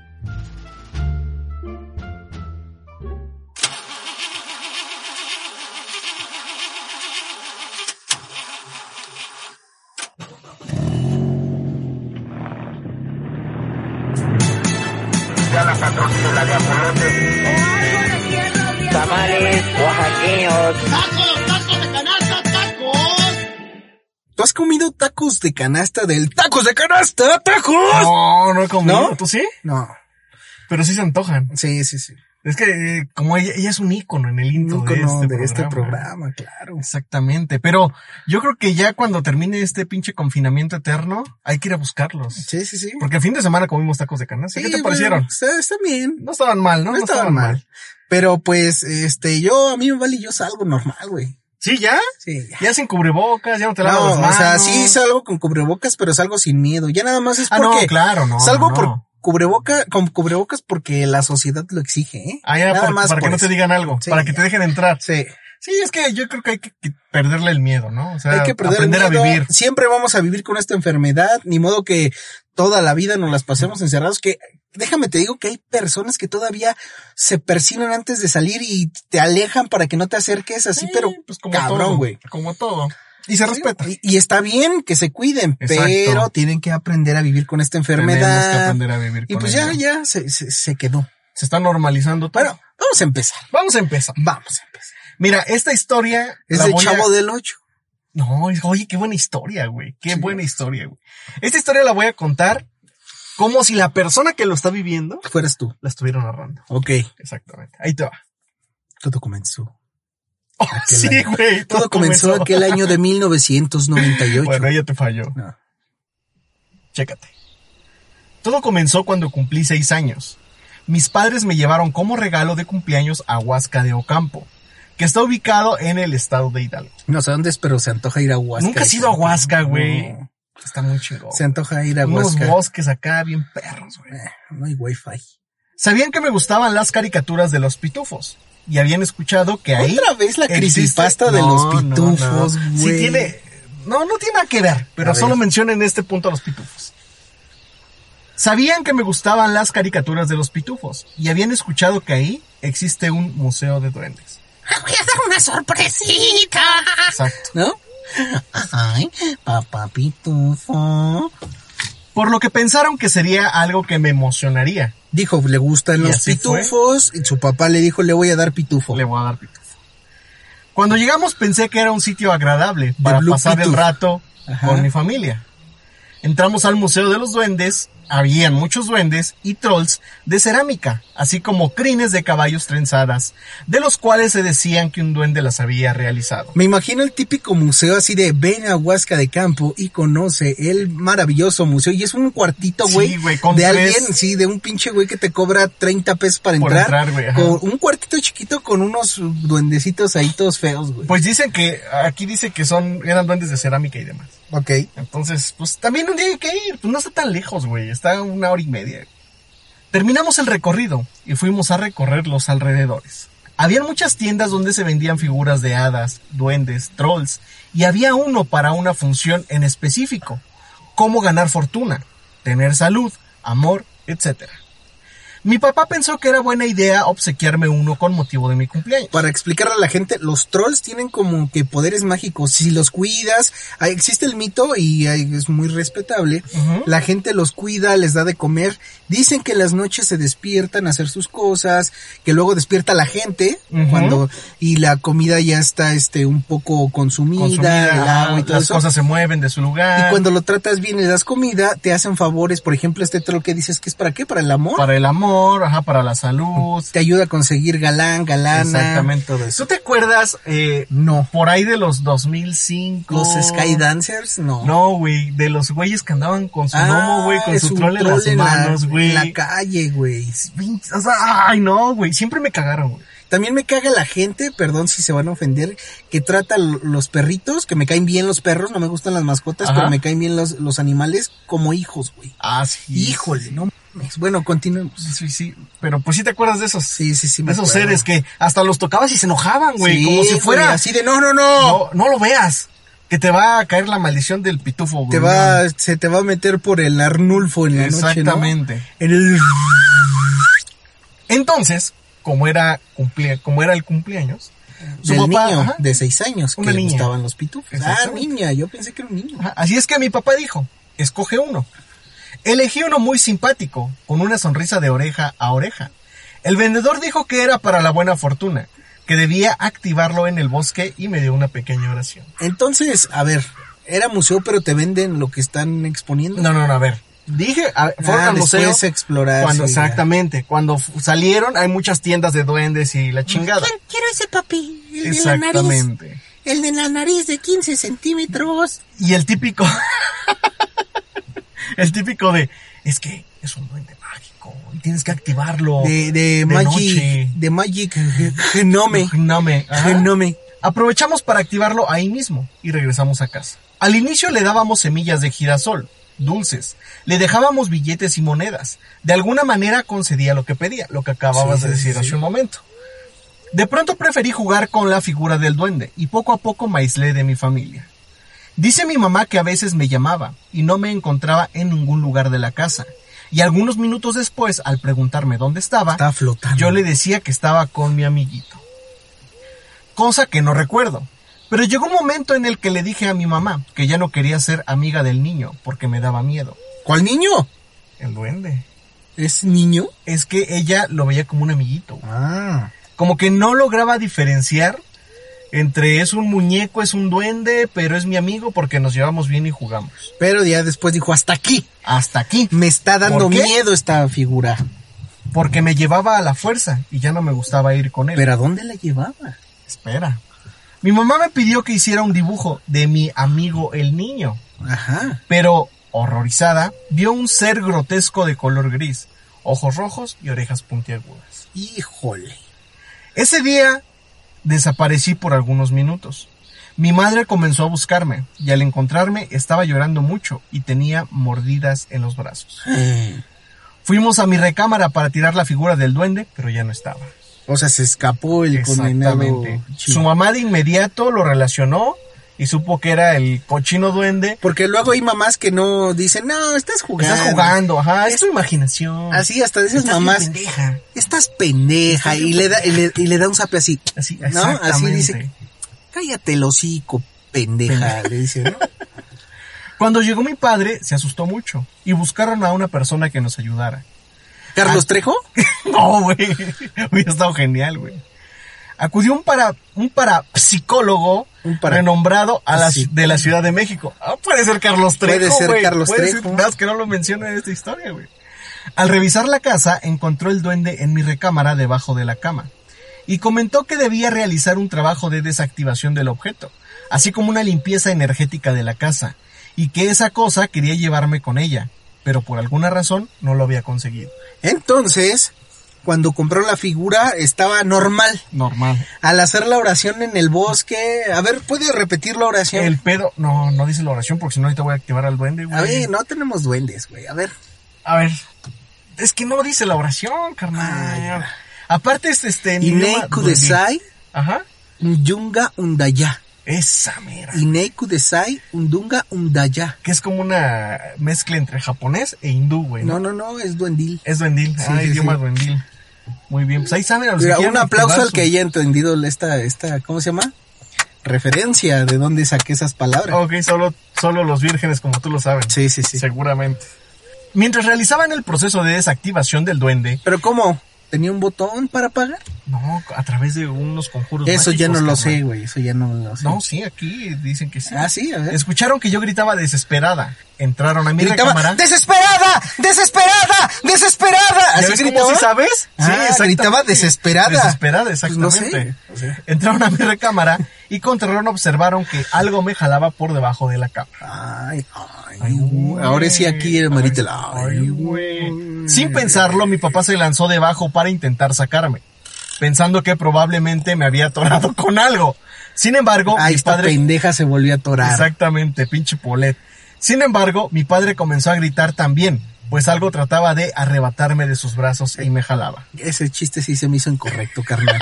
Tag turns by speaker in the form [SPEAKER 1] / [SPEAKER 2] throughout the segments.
[SPEAKER 1] tamales oaxaqueños.
[SPEAKER 2] ¿Tú has comido tacos de canasta del tacos de canasta? ¡Tacos!
[SPEAKER 3] No, no he comido.
[SPEAKER 2] ¿No?
[SPEAKER 3] ¿Tú sí?
[SPEAKER 2] No.
[SPEAKER 3] Pero sí se antojan.
[SPEAKER 2] Sí, sí, sí.
[SPEAKER 3] Es que eh, como ella, ella es un ícono en el intro
[SPEAKER 2] Nunca no,
[SPEAKER 3] de, este, programa.
[SPEAKER 2] de este programa, claro.
[SPEAKER 3] Exactamente. Pero yo creo que ya cuando termine este pinche confinamiento eterno, hay que ir a buscarlos.
[SPEAKER 2] Sí, sí, sí.
[SPEAKER 3] Porque el fin de semana comimos tacos de canasta. ¿Qué
[SPEAKER 2] Sí,
[SPEAKER 3] te
[SPEAKER 2] bueno,
[SPEAKER 3] parecieron?
[SPEAKER 2] está, está bien.
[SPEAKER 3] No estaban mal, ¿no?
[SPEAKER 2] No, estaban mal. Pero pues, este, yo, a mí me vale, yo salgo normal, güey.
[SPEAKER 3] ¿Sí, ya?
[SPEAKER 2] Sí, ya.
[SPEAKER 3] Ya sin cubrebocas, ya no te lavas
[SPEAKER 2] No,
[SPEAKER 3] las manos.
[SPEAKER 2] o sea, sí salgo con cubrebocas, pero salgo sin miedo. Ya nada más es
[SPEAKER 3] Ah, no,
[SPEAKER 2] porque
[SPEAKER 3] claro, no.
[SPEAKER 2] salgo
[SPEAKER 3] no,
[SPEAKER 2] por
[SPEAKER 3] no.
[SPEAKER 2] cubreboca, con cubrebocas porque la sociedad lo exige, ¿eh?
[SPEAKER 3] Ah, ya,
[SPEAKER 2] nada
[SPEAKER 3] por- para que
[SPEAKER 2] por
[SPEAKER 3] no te
[SPEAKER 2] eso.
[SPEAKER 3] digan algo,
[SPEAKER 2] Sí,
[SPEAKER 3] para que
[SPEAKER 2] ya.
[SPEAKER 3] te dejen entrar.
[SPEAKER 2] Sí.
[SPEAKER 3] Sí, es que yo creo que hay que que perderle el miedo, ¿no? O sea,
[SPEAKER 2] Hay que perder el
[SPEAKER 3] aprender
[SPEAKER 2] miedo.
[SPEAKER 3] a vivir.
[SPEAKER 2] Siempre vamos a vivir con esta enfermedad, ni modo que toda la vida nos las pasemos encerrados. Que déjame te digo que hay personas que todavía se persignan antes de salir y te alejan para que no te acerques así,
[SPEAKER 3] Sí,
[SPEAKER 2] pero
[SPEAKER 3] pues como
[SPEAKER 2] cabrón,
[SPEAKER 3] todo,
[SPEAKER 2] güey.
[SPEAKER 3] Como todo. Y se respeta.
[SPEAKER 2] Y, y está bien que se cuiden,
[SPEAKER 3] Exacto.
[SPEAKER 2] pero tienen que aprender a vivir con esta
[SPEAKER 3] Tenemos que
[SPEAKER 2] enfermedad.
[SPEAKER 3] aprender a vivir
[SPEAKER 2] Y
[SPEAKER 3] con
[SPEAKER 2] pues
[SPEAKER 3] ella.
[SPEAKER 2] ya, ya se, se- se quedó.
[SPEAKER 3] Se está normalizando todo.
[SPEAKER 2] Bueno, vamos a empezar.
[SPEAKER 3] vamos a empezar.
[SPEAKER 2] Vamos a empezar.
[SPEAKER 3] Mira, esta historia...
[SPEAKER 2] Es
[SPEAKER 3] la
[SPEAKER 2] de
[SPEAKER 3] voy a-
[SPEAKER 2] Chavo del Ocho.
[SPEAKER 3] No, es- oye, qué buena historia, güey. Qué
[SPEAKER 2] Sí.
[SPEAKER 3] buena historia, güey. Esta historia la voy a contar como si la persona que lo está viviendo
[SPEAKER 2] Fueras tú.
[SPEAKER 3] la estuviera narrando.
[SPEAKER 2] Ok,
[SPEAKER 3] Exactamente. Ahí te va.
[SPEAKER 2] todo comenzó.
[SPEAKER 3] Oh,
[SPEAKER 2] Aquel
[SPEAKER 3] sí,
[SPEAKER 2] año.
[SPEAKER 3] güey.
[SPEAKER 2] Ah, Todo comenzó aquel año de 1998.
[SPEAKER 3] Bueno, ella te falló.
[SPEAKER 2] No.
[SPEAKER 3] Chécate. Todo comenzó cuando cumplí seis años. Mis padres me llevaron como regalo de cumpleaños a Huasca de Ocampo, que está ubicado en el estado de Hidalgo.
[SPEAKER 2] No sé dónde es, pero se antoja ir a Huasca.
[SPEAKER 3] Nunca has ido a Huasca, güey.
[SPEAKER 2] No,
[SPEAKER 3] Está muy chingón.
[SPEAKER 2] se antoja ir a
[SPEAKER 3] Unos
[SPEAKER 2] Huasca.
[SPEAKER 3] bosques acá bien perros, güey.
[SPEAKER 2] Eh, no hay wifi.
[SPEAKER 3] Sabían que me gustaban las caricaturas de los pitufos y habían escuchado que ahí
[SPEAKER 2] Otra vez la
[SPEAKER 3] existe-
[SPEAKER 2] creepypasta de
[SPEAKER 3] No,
[SPEAKER 2] los
[SPEAKER 3] no, no.
[SPEAKER 2] pitufos, güey.
[SPEAKER 3] Sí tiene, no, no tiene nada que ver, pero
[SPEAKER 2] A ver.
[SPEAKER 3] solo mencionen este punto a los pitufos. Sabían que me gustaban las caricaturas de los pitufos y habían escuchado que ahí existe un museo de duendes.
[SPEAKER 2] voy a dar una sorpresita.
[SPEAKER 3] Exacto.
[SPEAKER 2] ¿No? Ay, papá pitufo.
[SPEAKER 3] Por lo que pensaron que sería algo que me emocionaría.
[SPEAKER 2] Dijo, le gustan
[SPEAKER 3] Y
[SPEAKER 2] los
[SPEAKER 3] así fue.
[SPEAKER 2] pitufos. Y su papá le dijo, le voy a dar pitufo.
[SPEAKER 3] Le voy a dar pitufo. Cuando llegamos pensé que era un sitio agradable
[SPEAKER 2] De
[SPEAKER 3] para
[SPEAKER 2] Blue
[SPEAKER 3] pasar el
[SPEAKER 2] Pituf.
[SPEAKER 3] rato
[SPEAKER 2] Ajá.
[SPEAKER 3] con mi familia. Entramos al Museo de los Duendes habían muchos duendes y trolls de cerámica, así como crines de caballos trenzadas, de los cuales se decían que un duende las había realizado.
[SPEAKER 2] Me imagino el típico museo así de ven a Huasca de Campo y conoce el maravilloso museo. Y es un cuartito,
[SPEAKER 3] Sí,
[SPEAKER 2] güey,
[SPEAKER 3] güey, con
[SPEAKER 2] de
[SPEAKER 3] tres-
[SPEAKER 2] alguien, sí, de un pinche güey que te cobra 30 pesos para
[SPEAKER 3] Por
[SPEAKER 2] entrar.
[SPEAKER 3] entrar, güey, ajá.
[SPEAKER 2] con un cuartito chiquito con unos duendecitos ahí todos feos, güey.
[SPEAKER 3] Pues dicen que, aquí dice que son, eran duendes de cerámica y demás.
[SPEAKER 2] ok.
[SPEAKER 3] Entonces, pues también un día hay que ir, pues no está tan lejos, güey, está a una hora y media. Terminamos el recorrido y fuimos a recorrer los alrededores. Habían muchas tiendas donde se vendían figuras de hadas, duendes, trolls, y había uno para una función en específico, cómo ganar fortuna, tener salud, amor, etc. Mi papá pensó que era buena idea obsequiarme uno con motivo de mi cumpleaños.
[SPEAKER 2] Para explicarle a la gente, los trolls tienen como que poderes mágicos. Si los cuidas, ah, existe el mito y ah, es muy respetable.
[SPEAKER 3] Ujú.
[SPEAKER 2] La gente los cuida, les da de comer. Dicen que las noches se despiertan a hacer sus cosas, que luego despierta la gente
[SPEAKER 3] Ujú.
[SPEAKER 2] cuando y la comida ya está este un poco consumida,
[SPEAKER 3] Consumida,
[SPEAKER 2] el agua y todo
[SPEAKER 3] las
[SPEAKER 2] eso.
[SPEAKER 3] cosas se mueven de su lugar.
[SPEAKER 2] Y cuando lo tratas bien, le das comida, te hacen favores. Por ejemplo, este troll que dices que es para qué, para el amor.
[SPEAKER 3] Para el amor, ajá, para la salud.
[SPEAKER 2] Te ayuda a conseguir galán, galana.
[SPEAKER 3] Exactamente todo eso. ¿Tú te acuerdas eh,
[SPEAKER 2] No.
[SPEAKER 3] por ahí de los 2005?
[SPEAKER 2] Los Skydancers, no.
[SPEAKER 3] No, güey, de los güeyes que andaban con su gnomo, güey, con
[SPEAKER 2] es
[SPEAKER 3] su
[SPEAKER 2] un
[SPEAKER 3] troll en las
[SPEAKER 2] la-
[SPEAKER 3] manos, güey.
[SPEAKER 2] Ah, En la calle, güey.
[SPEAKER 3] Pinche- O sea, ay, no, güey, siempre me cagaron, güey.
[SPEAKER 2] También me caga la gente, perdón si se van a ofender, que trata l- los perritos, que me caen bien los perros, no me gustan las mascotas,
[SPEAKER 3] Ajá.
[SPEAKER 2] pero me caen bien los, los animales como hijos, güey.
[SPEAKER 3] Ah, sí.
[SPEAKER 2] Híjole, no mames. Bueno, continuemos.
[SPEAKER 3] Sí, sí, pero pues sí te acuerdas de esos,
[SPEAKER 2] Sí, sí, sí.
[SPEAKER 3] de
[SPEAKER 2] me
[SPEAKER 3] esos
[SPEAKER 2] acuerdo.
[SPEAKER 3] seres que hasta los tocabas y se enojaban, güey,
[SPEAKER 2] Sí,
[SPEAKER 3] como si fuera,
[SPEAKER 2] güey, así de no, no, no.
[SPEAKER 3] no, no lo veas, que te va a caer la maldición del pitufo, güey.
[SPEAKER 2] Te va, se te va a meter por el Arnulfo en la noche, ¿no?
[SPEAKER 3] Exactamente.
[SPEAKER 2] En el...
[SPEAKER 3] Entonces, como era, cumplea- como era el cumpleaños, su
[SPEAKER 2] del
[SPEAKER 3] papá,
[SPEAKER 2] niño
[SPEAKER 3] ajá,
[SPEAKER 2] de seis años
[SPEAKER 3] Una
[SPEAKER 2] que
[SPEAKER 3] niña.
[SPEAKER 2] gustaban los pitufos. Ah,
[SPEAKER 3] Exactamente.
[SPEAKER 2] niña, yo pensé que era un niño.
[SPEAKER 3] ajá, así es que mi papá dijo, escoge uno. Elegí uno muy simpático, con una sonrisa de oreja a oreja. El vendedor dijo que era para la buena fortuna, que debía activarlo en el bosque y me dio una pequeña oración.
[SPEAKER 2] Entonces, a ver, era museo, pero te venden lo que están exponiendo.
[SPEAKER 3] No, no, no, a ver. Dije, a- fueron
[SPEAKER 2] Ah,
[SPEAKER 3] al museo.
[SPEAKER 2] después explorar,
[SPEAKER 3] Cuando,
[SPEAKER 2] sí, ya.
[SPEAKER 3] exactamente, cuando fu- salieron hay muchas tiendas de duendes y
[SPEAKER 2] Mm,
[SPEAKER 3] la chingada.
[SPEAKER 2] Quiero ese papi, el de la nariz,
[SPEAKER 3] Exactamente.
[SPEAKER 2] el de la nariz de 15 centímetros.
[SPEAKER 3] Y el típico. el típico de. Es que es un duende mágico. Y tienes que activarlo.
[SPEAKER 2] De, de, Magic,
[SPEAKER 3] noche.
[SPEAKER 2] de Magic Genome,
[SPEAKER 3] Gnome, ajá.
[SPEAKER 2] Genome.
[SPEAKER 3] Aprovechamos para activarlo ahí mismo y regresamos a casa. Al inicio le dábamos semillas de girasol, dulces, le dejábamos billetes y monedas. De alguna manera concedía lo que pedía, lo que acababas
[SPEAKER 2] Sí,
[SPEAKER 3] de
[SPEAKER 2] sí,
[SPEAKER 3] decir
[SPEAKER 2] sí.
[SPEAKER 3] hace un momento. De pronto preferí jugar con la figura del duende y poco a poco me aislé de mi familia. Dice mi mamá que a veces me llamaba y no me encontraba en ningún lugar de la casa. Y algunos minutos después, al preguntarme dónde estaba,
[SPEAKER 2] Está flotando.
[SPEAKER 3] yo le decía que estaba con mi amiguito. Cosa que no recuerdo. Pero llegó un momento en el que le dije a mi mamá que ya no quería ser amiga del niño porque me daba miedo.
[SPEAKER 2] ¿Cuál niño?
[SPEAKER 3] El duende.
[SPEAKER 2] ¿Es niño?
[SPEAKER 3] Es que ella lo veía como un amiguito. güey.
[SPEAKER 2] Ah.
[SPEAKER 3] Como que no lograba diferenciar entre es un muñeco, es un duende, pero es mi amigo porque nos llevamos bien y jugamos.
[SPEAKER 2] Pero ya después dijo, hasta aquí.
[SPEAKER 3] Hasta aquí.
[SPEAKER 2] Me está dando
[SPEAKER 3] ¿Por qué?
[SPEAKER 2] miedo esta figura.
[SPEAKER 3] Porque me llevaba a la fuerza y ya no me gustaba ir con él.
[SPEAKER 2] Pero ¿a dónde la llevaba?
[SPEAKER 3] Espera. Mi mamá me pidió que hiciera un dibujo de mi amigo el niño,
[SPEAKER 2] Ajá.
[SPEAKER 3] pero, horrorizada, vio un ser grotesco de color gris, ojos rojos y orejas puntiagudas.
[SPEAKER 2] Híjole.
[SPEAKER 3] Ese día desaparecí por algunos minutos. Mi madre comenzó a buscarme y al encontrarme estaba llorando mucho y tenía mordidas en los brazos. Fuimos a mi recámara para tirar la figura del duende, pero ya no estaba.
[SPEAKER 2] O sea, se escapó el condenado.
[SPEAKER 3] Exactamente.
[SPEAKER 2] chico.
[SPEAKER 3] Su mamá de inmediato lo relacionó y supo que era el cochino duende.
[SPEAKER 2] Porque luego hay mamás que no dicen, no, estás jugando.
[SPEAKER 3] Estás jugando, ajá, es tu imaginación.
[SPEAKER 2] Así, hasta de esas
[SPEAKER 3] Estás bien
[SPEAKER 2] mamás.
[SPEAKER 3] pendeja.
[SPEAKER 2] Estás pendeja. Y le, da, y, le, y le da un sape así.
[SPEAKER 3] Así,
[SPEAKER 2] ¿no?
[SPEAKER 3] exactamente.
[SPEAKER 2] Así dice, cállate el hocico, pendeja. Le dice, ¿no?
[SPEAKER 3] Cuando llegó mi padre, se asustó mucho y buscaron a una persona que nos ayudara.
[SPEAKER 2] Carlos Trejo.
[SPEAKER 3] No, güey. Hubiera estado genial, güey. acudió un, para, un parapsicólogo
[SPEAKER 2] Un para-
[SPEAKER 3] renombrado a la,
[SPEAKER 2] Sí.
[SPEAKER 3] de la Ciudad de México. Ah, puede ser Carlos Trejo.
[SPEAKER 2] Puede ser
[SPEAKER 3] güey.
[SPEAKER 2] Carlos
[SPEAKER 3] Puede ser,
[SPEAKER 2] Trejo.
[SPEAKER 3] nada más que no lo menciona en esta historia, güey. Al revisar la casa, encontró el duende en mi recámara debajo de la cama y comentó que debía realizar un trabajo de desactivación del objeto, así como una limpieza energética de la casa, y que esa cosa quería llevarme con ella, pero por alguna razón no lo había conseguido.
[SPEAKER 2] Entonces, cuando compró la figura estaba normal.
[SPEAKER 3] Normal.
[SPEAKER 2] Al hacer la oración en el bosque, a ver, ¿puede repetir la oración?
[SPEAKER 3] El pedo, no, no dice la oración porque si no ahorita voy a activar al duende, güey.
[SPEAKER 2] A ver, no tenemos duendes, güey. A ver.
[SPEAKER 3] A ver. Es que no dice la oración,
[SPEAKER 2] Ay,
[SPEAKER 3] carnal.
[SPEAKER 2] ya.
[SPEAKER 3] Aparte este este en idioma
[SPEAKER 2] Inei
[SPEAKER 3] duendí.
[SPEAKER 2] kudesai,
[SPEAKER 3] Ajá.
[SPEAKER 2] Ndunga Undaya.
[SPEAKER 3] Esa mera.
[SPEAKER 2] Inei kudesai, Undunga Undaya.
[SPEAKER 3] Que es como una mezcla entre japonés e hindú, güey. ¿no?
[SPEAKER 2] No, no, no, es duendil.
[SPEAKER 3] Es duendil.
[SPEAKER 2] Sí,
[SPEAKER 3] ah,
[SPEAKER 2] sí,
[SPEAKER 3] idioma
[SPEAKER 2] sí.
[SPEAKER 3] duendil. Muy bien, pues ahí saben a los
[SPEAKER 2] Mira,
[SPEAKER 3] que
[SPEAKER 2] un
[SPEAKER 3] quieran
[SPEAKER 2] aplauso
[SPEAKER 3] activar
[SPEAKER 2] al que
[SPEAKER 3] su-
[SPEAKER 2] haya entendido esta, esta, ¿cómo se llama? Referencia de dónde saqué esas palabras.
[SPEAKER 3] Ok, solo, solo los vírgenes como tú lo saben.
[SPEAKER 2] Sí, sí, sí.
[SPEAKER 3] Seguramente. Mientras realizaban el proceso de desactivación del duende,
[SPEAKER 2] Pero ¿cómo? ¿Tenía un botón para pagar?
[SPEAKER 3] no, a través de unos conjuros
[SPEAKER 2] Eso ya no
[SPEAKER 3] mágicos,
[SPEAKER 2] lo
[SPEAKER 3] carnal.
[SPEAKER 2] sé, güey. Eso ya no lo sé.
[SPEAKER 3] No, sí, aquí dicen que sí.
[SPEAKER 2] Ah, sí, a ver.
[SPEAKER 3] Escucharon que yo gritaba desesperada. Entraron a mi
[SPEAKER 2] Gritaba,
[SPEAKER 3] recámara.
[SPEAKER 2] ¡Desesperada! ¡Desesperada! ¡Desesperada!
[SPEAKER 3] ¿Ya ves cómo sí sabes?
[SPEAKER 2] Ah,
[SPEAKER 3] exactamente.
[SPEAKER 2] gritaba desesperada.
[SPEAKER 3] Desesperada,
[SPEAKER 2] Pues no sé.
[SPEAKER 3] exactamente. Entraron a mi recámara y con terror observaron que algo me jalaba por debajo de la cama.
[SPEAKER 2] Ay, ay,
[SPEAKER 3] Ay, güey.
[SPEAKER 2] Ahora sí aquí el maritel.
[SPEAKER 3] Ay,
[SPEAKER 2] Ay, Mm.
[SPEAKER 3] güey. Sin pensarlo, mi papá se lanzó debajo para intentar sacarme, pensando que probablemente me había atorado con algo. Sin embargo,
[SPEAKER 2] Ay,
[SPEAKER 3] mi
[SPEAKER 2] esta
[SPEAKER 3] padre...
[SPEAKER 2] pendeja se volvió a atorar.
[SPEAKER 3] Exactamente, pinche Polet. Sin embargo, mi padre comenzó a gritar también, pues algo trataba de arrebatarme de sus brazos y me jalaba.
[SPEAKER 2] Ese chiste sí se me hizo incorrecto, carnal.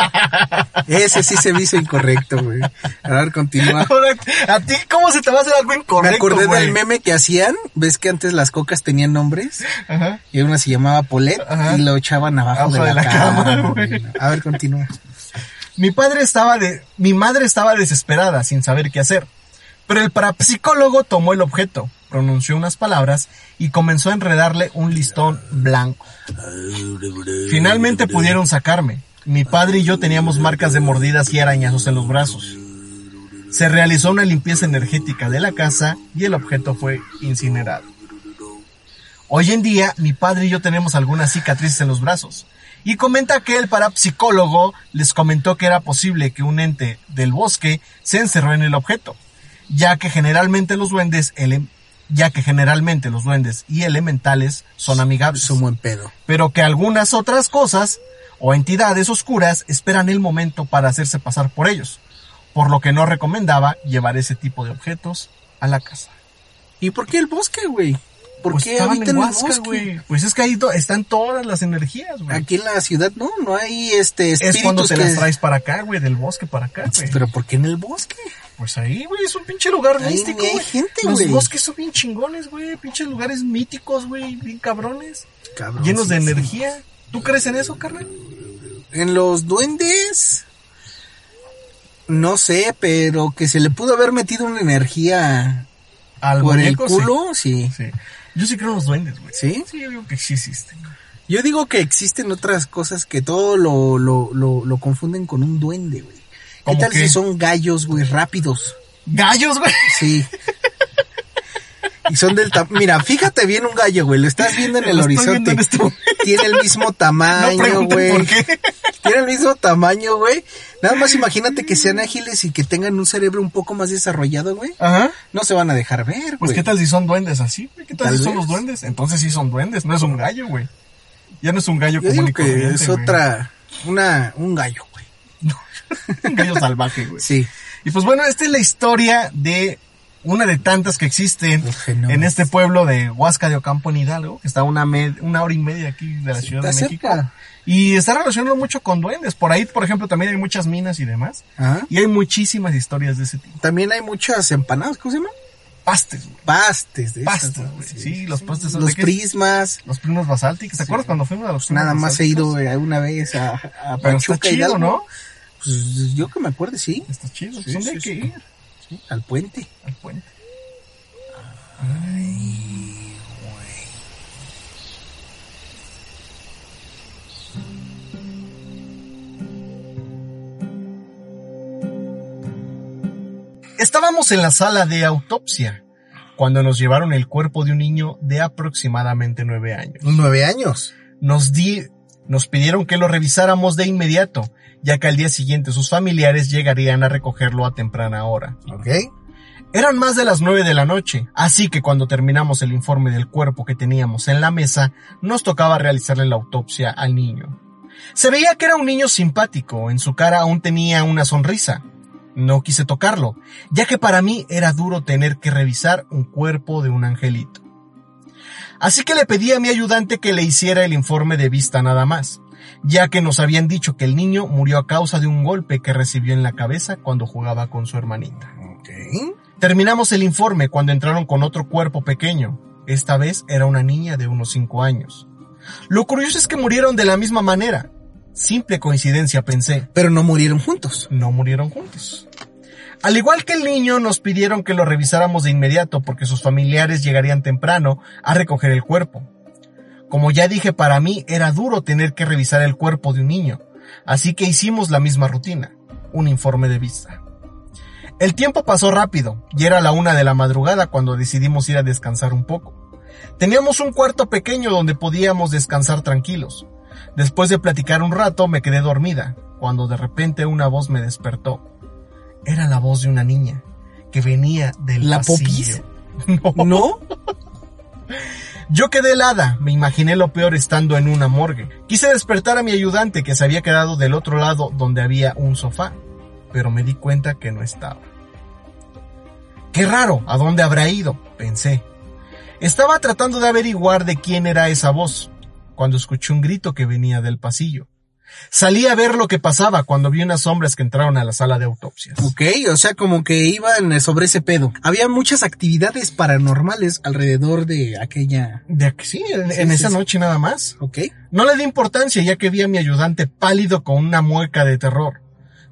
[SPEAKER 2] Ese sí se me hizo incorrecto, güey. A ver, continúa.
[SPEAKER 3] Ahora, ¿A ti cómo se te va a hacer algo
[SPEAKER 2] Me
[SPEAKER 3] incorrecto,
[SPEAKER 2] acordé
[SPEAKER 3] güey?
[SPEAKER 2] del meme que hacían. ¿Ves que antes las cocas tenían nombres?
[SPEAKER 3] Ajá.
[SPEAKER 2] Y una se llamaba Polet
[SPEAKER 3] Ajá.
[SPEAKER 2] y lo echaban abajo de la, cama.
[SPEAKER 3] güey.
[SPEAKER 2] güey. A ver, continúa.
[SPEAKER 3] Mi padre estaba de, mi madre estaba desesperada sin saber qué hacer. Pero el parapsicólogo tomó el objeto, pronunció unas palabras y comenzó a enredarle un listón blanco. Finalmente pudieron sacarme. Mi padre y yo teníamos marcas de mordidas y arañazos en los brazos. Se realizó una limpieza energética de la casa y el objeto fue incinerado. Hoy en día, mi padre y yo tenemos algunas cicatrices en los brazos. Y comenta que el parapsicólogo les comentó que era posible que un ente del bosque se encerró en el objeto, ya que generalmente los duendes, ele- ya que generalmente los duendes y elementales son amigables
[SPEAKER 2] Son buen pedo.
[SPEAKER 3] pero que algunas otras cosas o entidades oscuras esperan el momento para hacerse pasar por ellos, por lo que no recomendaba llevar ese tipo de objetos a la casa.
[SPEAKER 2] ¿Y por qué el bosque, güey? ¿Por
[SPEAKER 3] Pues
[SPEAKER 2] qué
[SPEAKER 3] estaban
[SPEAKER 2] habitan el
[SPEAKER 3] Huasca,
[SPEAKER 2] bosque?
[SPEAKER 3] güey. Pues es que ahí to- están todas las energías, güey.
[SPEAKER 2] Aquí en la ciudad no, no hay este espíritus
[SPEAKER 3] Es cuando te
[SPEAKER 2] que- Pues,
[SPEAKER 3] las traes para acá, güey, del bosque para acá, güey.
[SPEAKER 2] Pero ¿por qué en el bosque?
[SPEAKER 3] Pues ahí, güey, es un pinche lugar
[SPEAKER 2] Ahí
[SPEAKER 3] místico,
[SPEAKER 2] ni hay
[SPEAKER 3] güey.
[SPEAKER 2] gente,
[SPEAKER 3] Los
[SPEAKER 2] güey.
[SPEAKER 3] bosques son bien chingones, güey, pinches lugares míticos, güey, bien cabrones,
[SPEAKER 2] Cabrón,
[SPEAKER 3] llenos
[SPEAKER 2] sí,
[SPEAKER 3] de
[SPEAKER 2] sí.
[SPEAKER 3] energía. ¿Tú crees en eso, carnal?
[SPEAKER 2] En los duendes no sé, pero que se le pudo haber metido una energía
[SPEAKER 3] Al
[SPEAKER 2] por el
[SPEAKER 3] muñeco, sí.
[SPEAKER 2] culo, sí.
[SPEAKER 3] Sí. Yo sí creo en los duendes, güey.
[SPEAKER 2] ¿Sí?
[SPEAKER 3] Sí, yo digo que sí existen.
[SPEAKER 2] Yo digo que existen otras cosas que todo lo, lo, lo, lo confunden con un duende, güey. ¿Qué
[SPEAKER 3] ¿Cómo
[SPEAKER 2] tal
[SPEAKER 3] qué?
[SPEAKER 2] si son gallos, güey, rápidos?
[SPEAKER 3] ¡Gallos, güey!
[SPEAKER 2] Sí. Y son del tamaño. Mira, fíjate bien un gallo, güey. Lo estás viendo en el
[SPEAKER 3] Lo estoy viendo
[SPEAKER 2] horizonte.
[SPEAKER 3] en este momento.
[SPEAKER 2] Tiene el mismo
[SPEAKER 3] no
[SPEAKER 2] tamaño,
[SPEAKER 3] pregunten
[SPEAKER 2] güey.
[SPEAKER 3] por qué.
[SPEAKER 2] Tiene el mismo tamaño, güey. Nada más imagínate que sean ágiles y que tengan un cerebro un poco más desarrollado, güey.
[SPEAKER 3] Ajá.
[SPEAKER 2] No se van a dejar ver, güey.
[SPEAKER 3] Pues, ¿qué tal si son duendes así, güey? ¿Qué tal,
[SPEAKER 2] Tal
[SPEAKER 3] si son
[SPEAKER 2] vez.
[SPEAKER 3] los duendes? Entonces sí son duendes, no es un gallo, güey. Ya no es un gallo
[SPEAKER 2] Yo
[SPEAKER 3] común
[SPEAKER 2] digo
[SPEAKER 3] y
[SPEAKER 2] que
[SPEAKER 3] corriente,
[SPEAKER 2] es
[SPEAKER 3] güey.
[SPEAKER 2] otra. Una, un gallo, güey.
[SPEAKER 3] Un gallo salvaje, güey.
[SPEAKER 2] Sí.
[SPEAKER 3] Y pues bueno, esta es la historia de una de tantas que existen
[SPEAKER 2] Los genomas.
[SPEAKER 3] en este pueblo de Huasca de Ocampo en Hidalgo, que está a una, med- una hora y media de aquí de la Ciudad de
[SPEAKER 2] está
[SPEAKER 3] México.
[SPEAKER 2] cerca.
[SPEAKER 3] Y está relacionado mucho con duendes. Por ahí, por ejemplo, también hay muchas minas y demás.
[SPEAKER 2] Ajá.
[SPEAKER 3] Y hay muchísimas historias de ese tipo.
[SPEAKER 2] Ah. También hay muchas empanadas, ¿cómo se llaman?
[SPEAKER 3] Pastes, güey.
[SPEAKER 2] Pastes de esas,
[SPEAKER 3] Pastes,
[SPEAKER 2] ¿no?
[SPEAKER 3] güey.
[SPEAKER 2] Sí.
[SPEAKER 3] Sí, los pastes son
[SPEAKER 2] Los
[SPEAKER 3] de qué?
[SPEAKER 2] prismas.
[SPEAKER 3] Los primos basálticos. ¿Te acuerdas cuando fuimos a los primos
[SPEAKER 2] Nada más he
[SPEAKER 3] basálticos?
[SPEAKER 2] ido eh, una vez a, a
[SPEAKER 3] Pero está
[SPEAKER 2] Pachuca
[SPEAKER 3] chido,
[SPEAKER 2] Hidalgo.
[SPEAKER 3] ¿no?
[SPEAKER 2] Pues yo que me acuerde, sí.
[SPEAKER 3] Está chido.
[SPEAKER 2] Sí,
[SPEAKER 3] ¿Dónde
[SPEAKER 2] sí,
[SPEAKER 3] hay que
[SPEAKER 2] sí.
[SPEAKER 3] ir?
[SPEAKER 2] Sí, Al puente.
[SPEAKER 3] Al puente. Estábamos en la sala de autopsia cuando nos llevaron el cuerpo de un niño de aproximadamente nueve años.
[SPEAKER 2] Nueve años.
[SPEAKER 3] Nos di, nos pidieron que lo revisáramos de inmediato, ya que al día siguiente sus familiares llegarían a recogerlo a temprana hora.
[SPEAKER 2] Ok.
[SPEAKER 3] Eran más de las nueve de la noche, así que cuando terminamos el informe del cuerpo que teníamos en la mesa, nos tocaba realizarle la autopsia al niño. Se veía que era un niño simpático, en su cara aún tenía una sonrisa. No quise tocarlo, ya que para mí era duro tener que revisar un cuerpo de un angelito. Así que le pedí a mi ayudante que le hiciera el informe de vista nada más, ya que nos habían dicho que el niño murió a causa de un golpe que recibió en la cabeza cuando jugaba con su hermanita.
[SPEAKER 2] Ok.
[SPEAKER 3] Terminamos el informe cuando entraron con otro cuerpo pequeño. Esta vez era una niña de unos 5 años. Lo curioso es que murieron de la misma manera. Simple coincidencia, pensé.
[SPEAKER 2] Pero no murieron juntos.
[SPEAKER 3] No murieron juntos. Al igual que el niño, nos pidieron que lo revisáramos de inmediato porque sus familiares llegarían temprano a recoger el cuerpo. Como ya dije, para mí era duro tener que revisar el cuerpo de un niño, así que hicimos la misma rutina, un informe de vista. El tiempo pasó rápido y era la una de la madrugada cuando decidimos ir a descansar un poco. Teníamos un cuarto pequeño donde podíamos descansar tranquilos. Después de platicar un rato me quedé dormida, cuando de repente una voz me despertó. Era la voz de una niña que venía del
[SPEAKER 2] ¿La
[SPEAKER 3] pasillo. No.
[SPEAKER 2] ¿No?
[SPEAKER 3] Yo quedé helada, me imaginé lo peor estando en una morgue. Quise despertar a mi ayudante que se había quedado del otro lado donde había un sofá, pero me di cuenta que no estaba. Qué raro, ¿a dónde habrá ido? pensé. Estaba tratando de averiguar de quién era esa voz, cuando escuché un grito que venía del pasillo. Salí a ver lo que pasaba cuando vi unas sombras que entraron a la sala de autopsias.
[SPEAKER 2] Ok, o sea, como que iban eh, sobre ese pedo. Había muchas actividades paranormales alrededor de aquella.
[SPEAKER 3] De aquí, sí, en,
[SPEAKER 2] Sí,
[SPEAKER 3] en
[SPEAKER 2] sí,
[SPEAKER 3] esa
[SPEAKER 2] sí.
[SPEAKER 3] noche nada más.
[SPEAKER 2] Ok.
[SPEAKER 3] No le di importancia ya que vi a mi ayudante pálido con una mueca de terror.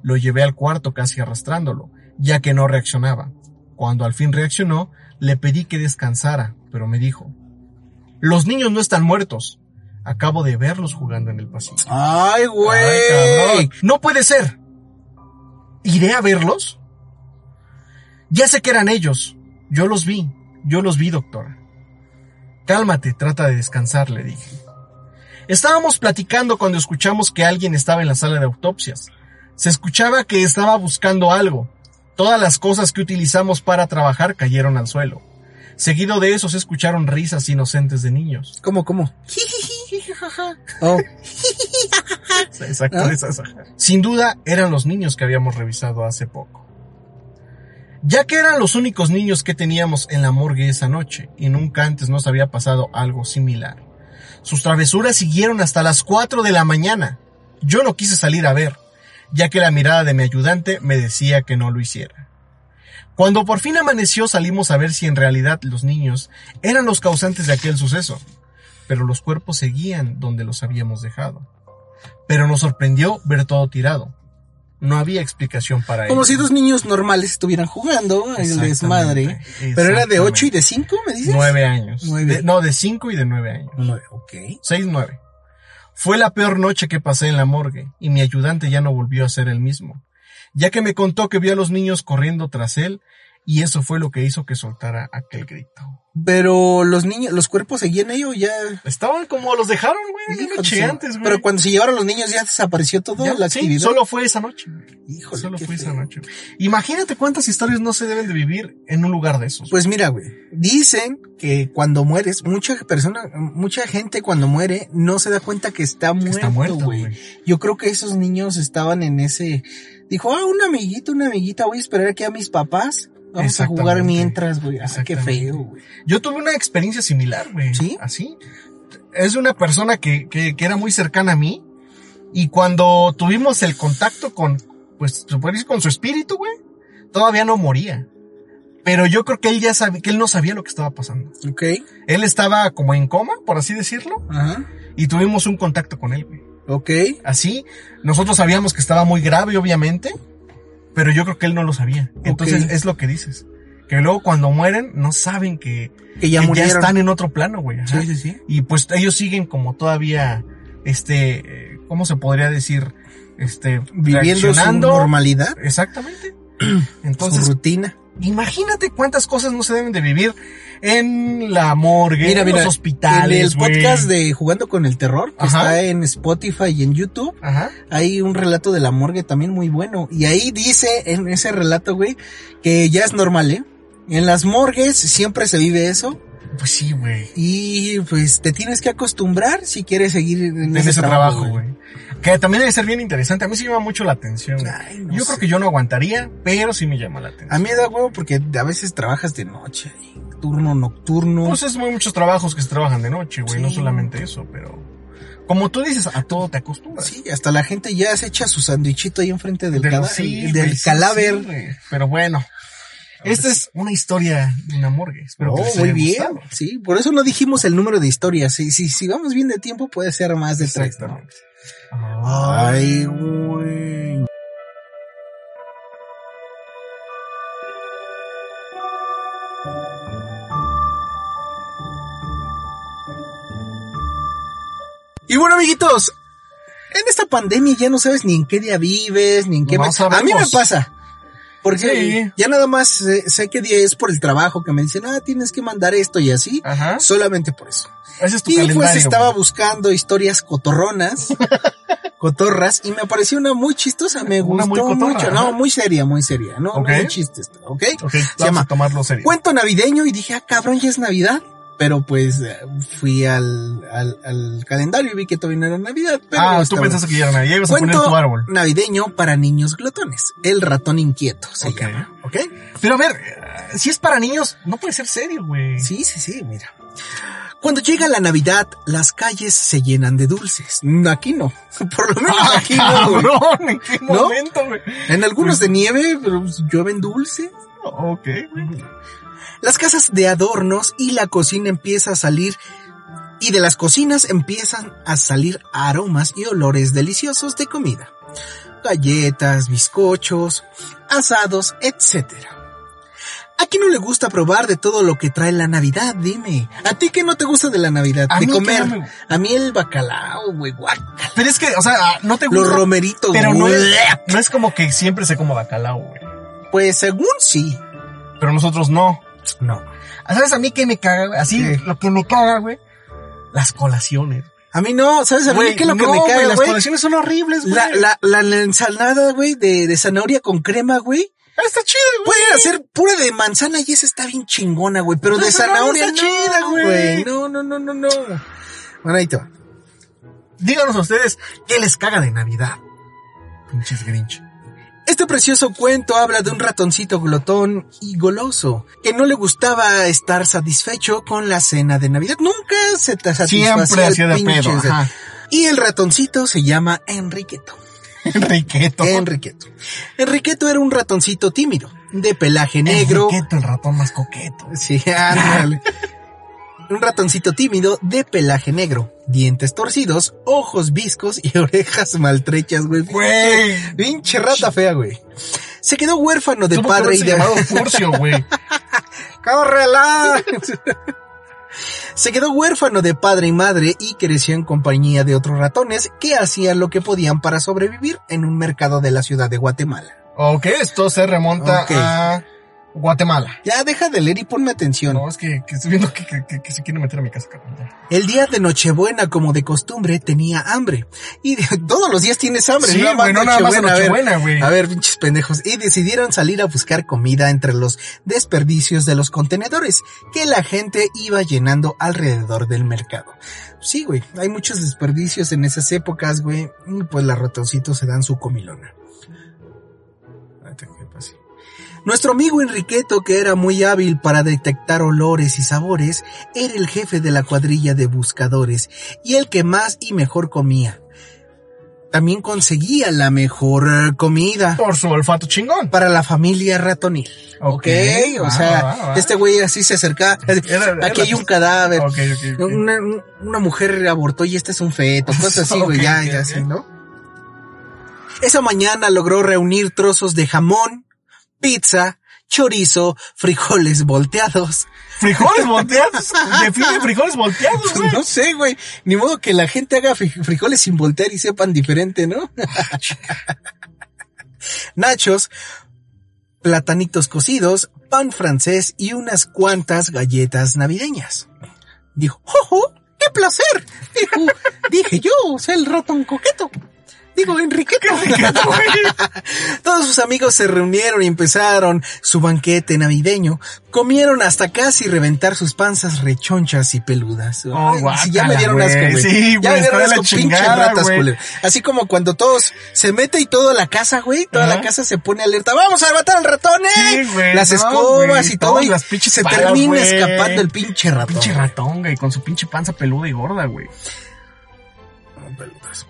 [SPEAKER 3] Lo llevé al cuarto casi arrastrándolo, ya que no reaccionaba. Cuando al fin reaccionó, le pedí que descansara, pero me dijo, Los niños no están muertos. Acabo de verlos jugando en el pasillo.
[SPEAKER 2] Ay,
[SPEAKER 3] Ay,
[SPEAKER 2] güey.
[SPEAKER 3] cabrón. No puede ser. ¿Iré a verlos? Ya sé que eran ellos. Yo los vi. Yo los vi, doctora. Cálmate, trata de descansar, le dije. Estábamos platicando cuando escuchamos que alguien estaba en la sala de autopsias. Se escuchaba que estaba buscando algo. Todas las cosas que utilizamos para trabajar cayeron al suelo. Seguido de eso se escucharon risas inocentes de niños.
[SPEAKER 2] ¿Cómo, cómo? Oh,
[SPEAKER 3] Exacto,
[SPEAKER 2] ¿Ah?
[SPEAKER 3] esa- esa. Sin duda eran los niños que habíamos revisado hace poco. Ya que eran los únicos niños que teníamos en la morgue esa noche y nunca antes nos había pasado algo similar. Sus travesuras siguieron hasta las 4 de la mañana. Yo no quise salir a ver, ya que la mirada de mi ayudante me decía que no lo hiciera. Cuando por fin amaneció salimos a ver si en realidad los niños eran los causantes de aquel suceso, pero los cuerpos seguían donde los habíamos dejado pero nos sorprendió ver todo tirado. No había explicación para
[SPEAKER 2] como
[SPEAKER 3] ello.
[SPEAKER 2] si dos niños normales estuvieran jugando el
[SPEAKER 3] Exactamente,
[SPEAKER 2] desmadre. Pero era de
[SPEAKER 3] exactamente.
[SPEAKER 2] 8 y de 5, me dices.
[SPEAKER 3] Nueve años.
[SPEAKER 2] Nueve.
[SPEAKER 3] De- no, de cinco y de nueve años.
[SPEAKER 2] Nueve, ok.
[SPEAKER 3] Seis, nueve. Fue la peor noche que pasé en la morgue y mi ayudante ya no volvió a ser el mismo, ya que me contó que vio a los niños corriendo tras él y eso fue lo que hizo que soltara aquel grito.
[SPEAKER 2] Pero los niños, los cuerpos seguían ellos ya.
[SPEAKER 3] Estaban como los dejaron, güey,
[SPEAKER 2] Híjole,
[SPEAKER 3] la noche
[SPEAKER 2] sí.
[SPEAKER 3] antes, güey.
[SPEAKER 2] Pero cuando se llevaron los niños ya desapareció todo
[SPEAKER 3] Ya,
[SPEAKER 2] la
[SPEAKER 3] sí,
[SPEAKER 2] actividad.
[SPEAKER 3] solo fue esa noche. güey.
[SPEAKER 2] Híjole,
[SPEAKER 3] solo
[SPEAKER 2] qué
[SPEAKER 3] fue esa
[SPEAKER 2] feo.
[SPEAKER 3] noche. Imagínate cuántas historias no se deben de vivir en un lugar de esos.
[SPEAKER 2] Pues mira, güey, dicen que cuando mueres, mucha persona, mucha gente cuando muere no se da cuenta que está muerto,
[SPEAKER 3] está muerto,
[SPEAKER 2] güey.
[SPEAKER 3] güey.
[SPEAKER 2] Yo creo que esos niños estaban en ese, dijo, ah, un amiguito, una amiguita, voy a esperar aquí a mis papás, vamos a jugar
[SPEAKER 3] Exactamente.
[SPEAKER 2] mientras, güey. Ah, qué
[SPEAKER 3] Exactamente.
[SPEAKER 2] feo, güey.
[SPEAKER 3] Yo tuve una experiencia similar, güey.
[SPEAKER 2] ¿Sí?
[SPEAKER 3] Así. Es una persona que, que, que era muy cercana a mí. Y cuando tuvimos el contacto con, pues, se puede decir, con su espíritu, güey, todavía no moría. Pero yo creo que él ya sabía, que él no sabía lo que estaba pasando.
[SPEAKER 2] Ok,
[SPEAKER 3] Él estaba como en coma, por así decirlo,
[SPEAKER 2] ajá,
[SPEAKER 3] y tuvimos un contacto con él, güey.
[SPEAKER 2] ok.
[SPEAKER 3] Así, nosotros sabíamos que estaba muy grave, obviamente, pero yo creo que él no lo sabía. Entonces,
[SPEAKER 2] Ok.
[SPEAKER 3] es lo que dices. Que luego cuando mueren, no saben que,
[SPEAKER 2] Que ya
[SPEAKER 3] que
[SPEAKER 2] murieron.
[SPEAKER 3] están en otro plano, güey. ajá.
[SPEAKER 2] Sí, sí, sí.
[SPEAKER 3] Y pues ellos siguen como todavía, este, eh, ¿cómo se podría decir? Este,
[SPEAKER 2] Viviendo su
[SPEAKER 3] reaccionando.
[SPEAKER 2] normalidad.
[SPEAKER 3] Exactamente.
[SPEAKER 2] su
[SPEAKER 3] Entonces,
[SPEAKER 2] rutina.
[SPEAKER 3] imagínate cuántas cosas no se deben de vivir en la morgue,
[SPEAKER 2] Mira,
[SPEAKER 3] en
[SPEAKER 2] mira,
[SPEAKER 3] los hospitales.
[SPEAKER 2] en el
[SPEAKER 3] güey.
[SPEAKER 2] podcast de Jugando con el Terror, que
[SPEAKER 3] Ajá.
[SPEAKER 2] está en Spotify y en YouTube,
[SPEAKER 3] Ajá.
[SPEAKER 2] hay un relato de la morgue también muy bueno. Y ahí dice en ese relato, güey, que ya es normal, ¿eh? En las morgues siempre se vive eso
[SPEAKER 3] Pues sí, güey.
[SPEAKER 2] y pues te tienes que acostumbrar si quieres seguir en,
[SPEAKER 3] En
[SPEAKER 2] ese, trabajo, güey.
[SPEAKER 3] güey. Que también debe ser bien interesante. A mí sí me llama mucho la atención. güey.
[SPEAKER 2] Ay, no
[SPEAKER 3] yo
[SPEAKER 2] sé.
[SPEAKER 3] creo que yo no aguantaría, pero sí me llama la atención.
[SPEAKER 2] A mí da huevo porque a veces trabajas de noche, y turno nocturno.
[SPEAKER 3] Pues es muy muchos trabajos que se trabajan de noche, güey. No
[SPEAKER 2] Sí.
[SPEAKER 3] solamente eso, pero. Como tú dices, a todo te acostumbras.
[SPEAKER 2] sí, hasta la gente ya se echa su sandwichito ahí enfrente del,
[SPEAKER 3] Del-
[SPEAKER 2] cada-
[SPEAKER 3] sí,
[SPEAKER 2] del
[SPEAKER 3] güey, sí,
[SPEAKER 2] cadáver.
[SPEAKER 3] sí, güey. pero bueno. Esta es una historia de una morgue. Espero que
[SPEAKER 2] Oh,
[SPEAKER 3] les haya
[SPEAKER 2] muy bien.
[SPEAKER 3] gustado.
[SPEAKER 2] Sí, por eso no dijimos el número de historias. Si, si, si vamos bien de tiempo, puede ser más de tres. ¿no?
[SPEAKER 3] Exactamente. Ah,
[SPEAKER 2] Ay, güey. Y bueno, amiguitos, en esta pandemia ya no sabes ni en qué día vives, ni en qué
[SPEAKER 3] No
[SPEAKER 2] mes. A mí me
[SPEAKER 3] sabemos.
[SPEAKER 2] pasa. Porque
[SPEAKER 3] Sí.
[SPEAKER 2] ya nada más sé, sé qué día es por el trabajo que me dicen, ah, tienes que mandar esto y así.
[SPEAKER 3] Ajá.
[SPEAKER 2] Solamente por eso.
[SPEAKER 3] Ese es tu
[SPEAKER 2] Y
[SPEAKER 3] calendario.
[SPEAKER 2] pues estaba
[SPEAKER 3] güey.
[SPEAKER 2] buscando historias cotorronas, cotorras, y me apareció una muy chistosa, me
[SPEAKER 3] Una muy
[SPEAKER 2] gustó
[SPEAKER 3] cotorra,
[SPEAKER 2] mucho,
[SPEAKER 3] ajá.
[SPEAKER 2] no, muy seria, muy seria, no,
[SPEAKER 3] Ok.
[SPEAKER 2] no muy chiste, esta, ¿ok?
[SPEAKER 3] Ok,
[SPEAKER 2] Se
[SPEAKER 3] vamos
[SPEAKER 2] llama
[SPEAKER 3] a tomarlo serio.
[SPEAKER 2] Cuento navideño y dije, ah, cabrón, ya es Navidad, pero pues eh, fui al, al, al calendario y vi que todavía no era Navidad, pero
[SPEAKER 3] ah, tú
[SPEAKER 2] estaba-
[SPEAKER 3] pensaste que ya era Navidad, ibas a poner
[SPEAKER 2] Cuento
[SPEAKER 3] tu árbol.
[SPEAKER 2] navideño para niños glotones, el ratón inquieto se
[SPEAKER 3] Ok.
[SPEAKER 2] llama, ¿ok?
[SPEAKER 3] Pero a ver, eh, si es para niños, no puede ser serio, güey.
[SPEAKER 2] Sí, sí, sí, mira. Cuando llega la Navidad, las calles se llenan de dulces. No, Aquí no. Por lo menos
[SPEAKER 3] Ah, Mm.
[SPEAKER 2] aquí no. güey.
[SPEAKER 3] cabrón, ¿en qué
[SPEAKER 2] ¿No?
[SPEAKER 3] momento, güey?
[SPEAKER 2] En algunos de nieve, pero llueven dulces.
[SPEAKER 3] Ok, güey.
[SPEAKER 2] Las casas de adornos y la cocina empieza a salir. Y de las cocinas empiezan a salir aromas y olores deliciosos de comida. Galletas, bizcochos, asados, etc. ¿A quién no le gusta probar de todo lo que trae la Navidad? Dime. ¿A ti qué no te gusta de la Navidad?
[SPEAKER 3] A
[SPEAKER 2] de
[SPEAKER 3] mí qué no
[SPEAKER 2] comer.
[SPEAKER 3] me-
[SPEAKER 2] A mí el bacalao, güey, guácala.
[SPEAKER 3] Pero es que, o sea, ah, no te gusta.
[SPEAKER 2] Los romeritos,
[SPEAKER 3] Pero no
[SPEAKER 2] güey.
[SPEAKER 3] es, no es como que siempre se como bacalao, güey.
[SPEAKER 2] Pues según sí.
[SPEAKER 3] Pero nosotros no.
[SPEAKER 2] No.
[SPEAKER 3] ¿Sabes a mí qué me caga, güey? Así,
[SPEAKER 2] ¿Qué?
[SPEAKER 3] lo que me caga, güey. Las colaciones.
[SPEAKER 2] A mí no, ¿sabes? A mí
[SPEAKER 3] Güey,
[SPEAKER 2] qué es lo que
[SPEAKER 3] no,
[SPEAKER 2] me
[SPEAKER 3] güey,
[SPEAKER 2] cae,
[SPEAKER 3] Las
[SPEAKER 2] güey.
[SPEAKER 3] colaciones son horribles, güey.
[SPEAKER 2] La, la, la, la ensalada, güey, de, de zanahoria con crema, güey.
[SPEAKER 3] Está chida, güey.
[SPEAKER 2] Pueden hacer pura de manzana y esa está bien chingona, güey. Pero
[SPEAKER 3] La
[SPEAKER 2] de
[SPEAKER 3] zanahoria
[SPEAKER 2] zanahoria no,
[SPEAKER 3] está chida, güey.
[SPEAKER 2] güey. No, no, no, no, no. Bueno, ahí te va.
[SPEAKER 3] Díganos a ustedes qué les caga de Navidad. Pinches Grinch.
[SPEAKER 2] Este precioso cuento habla de un ratoncito glotón y goloso que no le gustaba estar satisfecho con la cena de Navidad. Nunca se te satisfacía
[SPEAKER 3] Siempre
[SPEAKER 2] el
[SPEAKER 3] hacía de
[SPEAKER 2] pinche
[SPEAKER 3] pedo.
[SPEAKER 2] de-
[SPEAKER 3] Ajá.
[SPEAKER 2] Y el ratoncito se llama Enriqueto.
[SPEAKER 3] Enriqueto.
[SPEAKER 2] Em, Enriqueto. Enriqueto era un ratoncito tímido, de pelaje negro.
[SPEAKER 3] Enriqueto, el ratón más coqueto.
[SPEAKER 2] Sí, ándale. Un ratoncito tímido de pelaje negro, dientes torcidos, ojos viscos y orejas maltrechas, güey.
[SPEAKER 3] Güey.
[SPEAKER 2] Pinche rata fea, güey. Se quedó huérfano de
[SPEAKER 3] Supo
[SPEAKER 2] padre y
[SPEAKER 3] haberse
[SPEAKER 2] de...
[SPEAKER 3] llamado Furcio, güey.
[SPEAKER 2] ¡Córrela! Se quedó huérfano de padre y madre y creció en compañía de otros ratones que hacían lo que podían para sobrevivir en un mercado de la ciudad de Guatemala.
[SPEAKER 3] Ok, esto se remonta
[SPEAKER 2] Ok.
[SPEAKER 3] a Guatemala.
[SPEAKER 2] Ya deja de leer y ponme atención.
[SPEAKER 3] No, es que, que estoy viendo que, que- que- que se quiere meter a mi casa, cabrón. ya.
[SPEAKER 2] El día de Nochebuena, como de costumbre, tenía hambre. Y de- todos los días tienes hambre,
[SPEAKER 3] Sí,
[SPEAKER 2] no
[SPEAKER 3] güey, no nada más en
[SPEAKER 2] a ver.
[SPEAKER 3] Nochebuena, güey.
[SPEAKER 2] A ver, pinches pendejos. Y decidieron salir a buscar comida entre los desperdicios de los contenedores que la gente iba llenando alrededor del mercado. Sí, güey, hay muchos desperdicios en esas épocas, güey. y Pues los ratoncitos se dan su comilona. Ahorita que pase. Nuestro amigo Enriqueto, que era muy hábil para detectar olores y sabores, era el jefe de la cuadrilla de buscadores y el que más y mejor comía. También conseguía la mejor eh, comida
[SPEAKER 3] Por su olfato chingón.
[SPEAKER 2] para la familia ratonil. Ok, o
[SPEAKER 3] va,
[SPEAKER 2] sea,
[SPEAKER 3] va, va.
[SPEAKER 2] este güey así se acercaba.
[SPEAKER 3] Era- era-
[SPEAKER 2] Aquí hay un cadáver.
[SPEAKER 3] Ok, ok, ok.
[SPEAKER 2] Una, una mujer abortó y este es un feto, cosas así, güey,
[SPEAKER 3] Ok,
[SPEAKER 2] ya,
[SPEAKER 3] ok,
[SPEAKER 2] ya,
[SPEAKER 3] ok.
[SPEAKER 2] así, ¿no? Esa mañana logró reunir trozos de jamón, pizza, chorizo, frijoles volteados.
[SPEAKER 3] Frijoles volteados. Define frijoles volteados, güey.
[SPEAKER 2] Pues No sé, güey, ni modo que la gente haga fri- frijoles sin voltear y sepan diferente, ¿no? Nachos, platanitos cocidos, pan francés y unas cuantas galletas navideñas. Dijo, ¡Jojo! ¡Qué placer! Dijo, dije yo, soy el ratón coqueto. Digo, Enriqueta. Todos sus amigos se reunieron y empezaron su banquete navideño. Comieron hasta casi reventar sus panzas rechonchas y peludas.
[SPEAKER 3] Oh,
[SPEAKER 2] Ay, sí, ya me
[SPEAKER 3] guácala,
[SPEAKER 2] dieron
[SPEAKER 3] güey.
[SPEAKER 2] asco, güey.
[SPEAKER 3] Sí,
[SPEAKER 2] ya
[SPEAKER 3] güey,
[SPEAKER 2] me dieron
[SPEAKER 3] está de la
[SPEAKER 2] asco, pinche
[SPEAKER 3] chingada,
[SPEAKER 2] ratas,
[SPEAKER 3] güey.
[SPEAKER 2] culero. Así como cuando todos se mete y toda la casa, güey, toda la
[SPEAKER 3] Ajá.
[SPEAKER 2] casa se pone alerta. ¡Vamos a matar al ratón, eh!
[SPEAKER 3] Sí, güey,
[SPEAKER 2] las
[SPEAKER 3] no,
[SPEAKER 2] escobas
[SPEAKER 3] güey,
[SPEAKER 2] y todo.
[SPEAKER 3] todas
[SPEAKER 2] Y
[SPEAKER 3] las pinches
[SPEAKER 2] se
[SPEAKER 3] palas,
[SPEAKER 2] termina
[SPEAKER 3] güey.
[SPEAKER 2] escapando el pinche ratón.
[SPEAKER 3] Pinche ratón, güey, con su pinche panza peluda y gorda, güey.
[SPEAKER 2] peludas.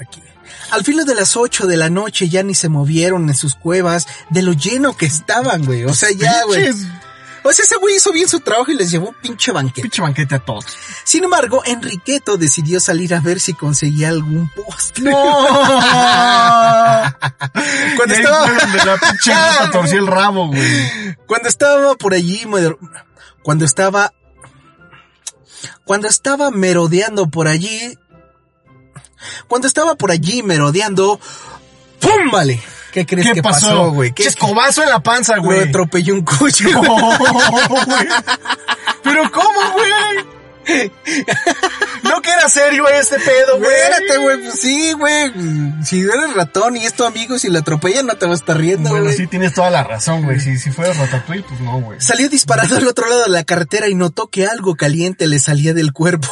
[SPEAKER 2] Aquí. Al filo de las 8 de la noche ya ni se movieron en sus cuevas de lo lleno que estaban, güey. O sea, ya, güey.
[SPEAKER 3] Pinches-
[SPEAKER 2] O sea, ese güey hizo bien su trabajo y les llevó un pinche banquete.
[SPEAKER 3] Pinche banquete a todos.
[SPEAKER 2] Sin embargo, Enriqueto decidió salir a ver si conseguía algún postre. Cuando
[SPEAKER 3] Y ahí
[SPEAKER 2] estaba-
[SPEAKER 3] fue donde la pinche rata torció el rabo, güey.
[SPEAKER 2] Cuando estaba por allí, moder- cuando estaba, cuando estaba merodeando por allí, cuando estaba por allí merodeando, ¡pum! Vale. ¿Qué crees
[SPEAKER 3] ¿Qué
[SPEAKER 2] que
[SPEAKER 3] pasó,
[SPEAKER 2] pasó, güey? ¿Qué-
[SPEAKER 3] Escobazo en la panza,
[SPEAKER 2] Lo
[SPEAKER 3] güey.
[SPEAKER 2] atropelló un coche.
[SPEAKER 3] Oh, güey. Pero ¿cómo, güey? No que era serio este pedo, güey.
[SPEAKER 2] Espérate, güey. Pues sí, güey. Si eres ratón y es tu amigo, si lo atropellan, no te vas a estar riendo,
[SPEAKER 3] Bueno,
[SPEAKER 2] güey.
[SPEAKER 3] sí tienes toda la razón, güey. Si, si fueras Ratatouille, pues no, güey.
[SPEAKER 2] Salió disparado al otro lado de la carretera y notó que algo caliente le salía del cuerpo.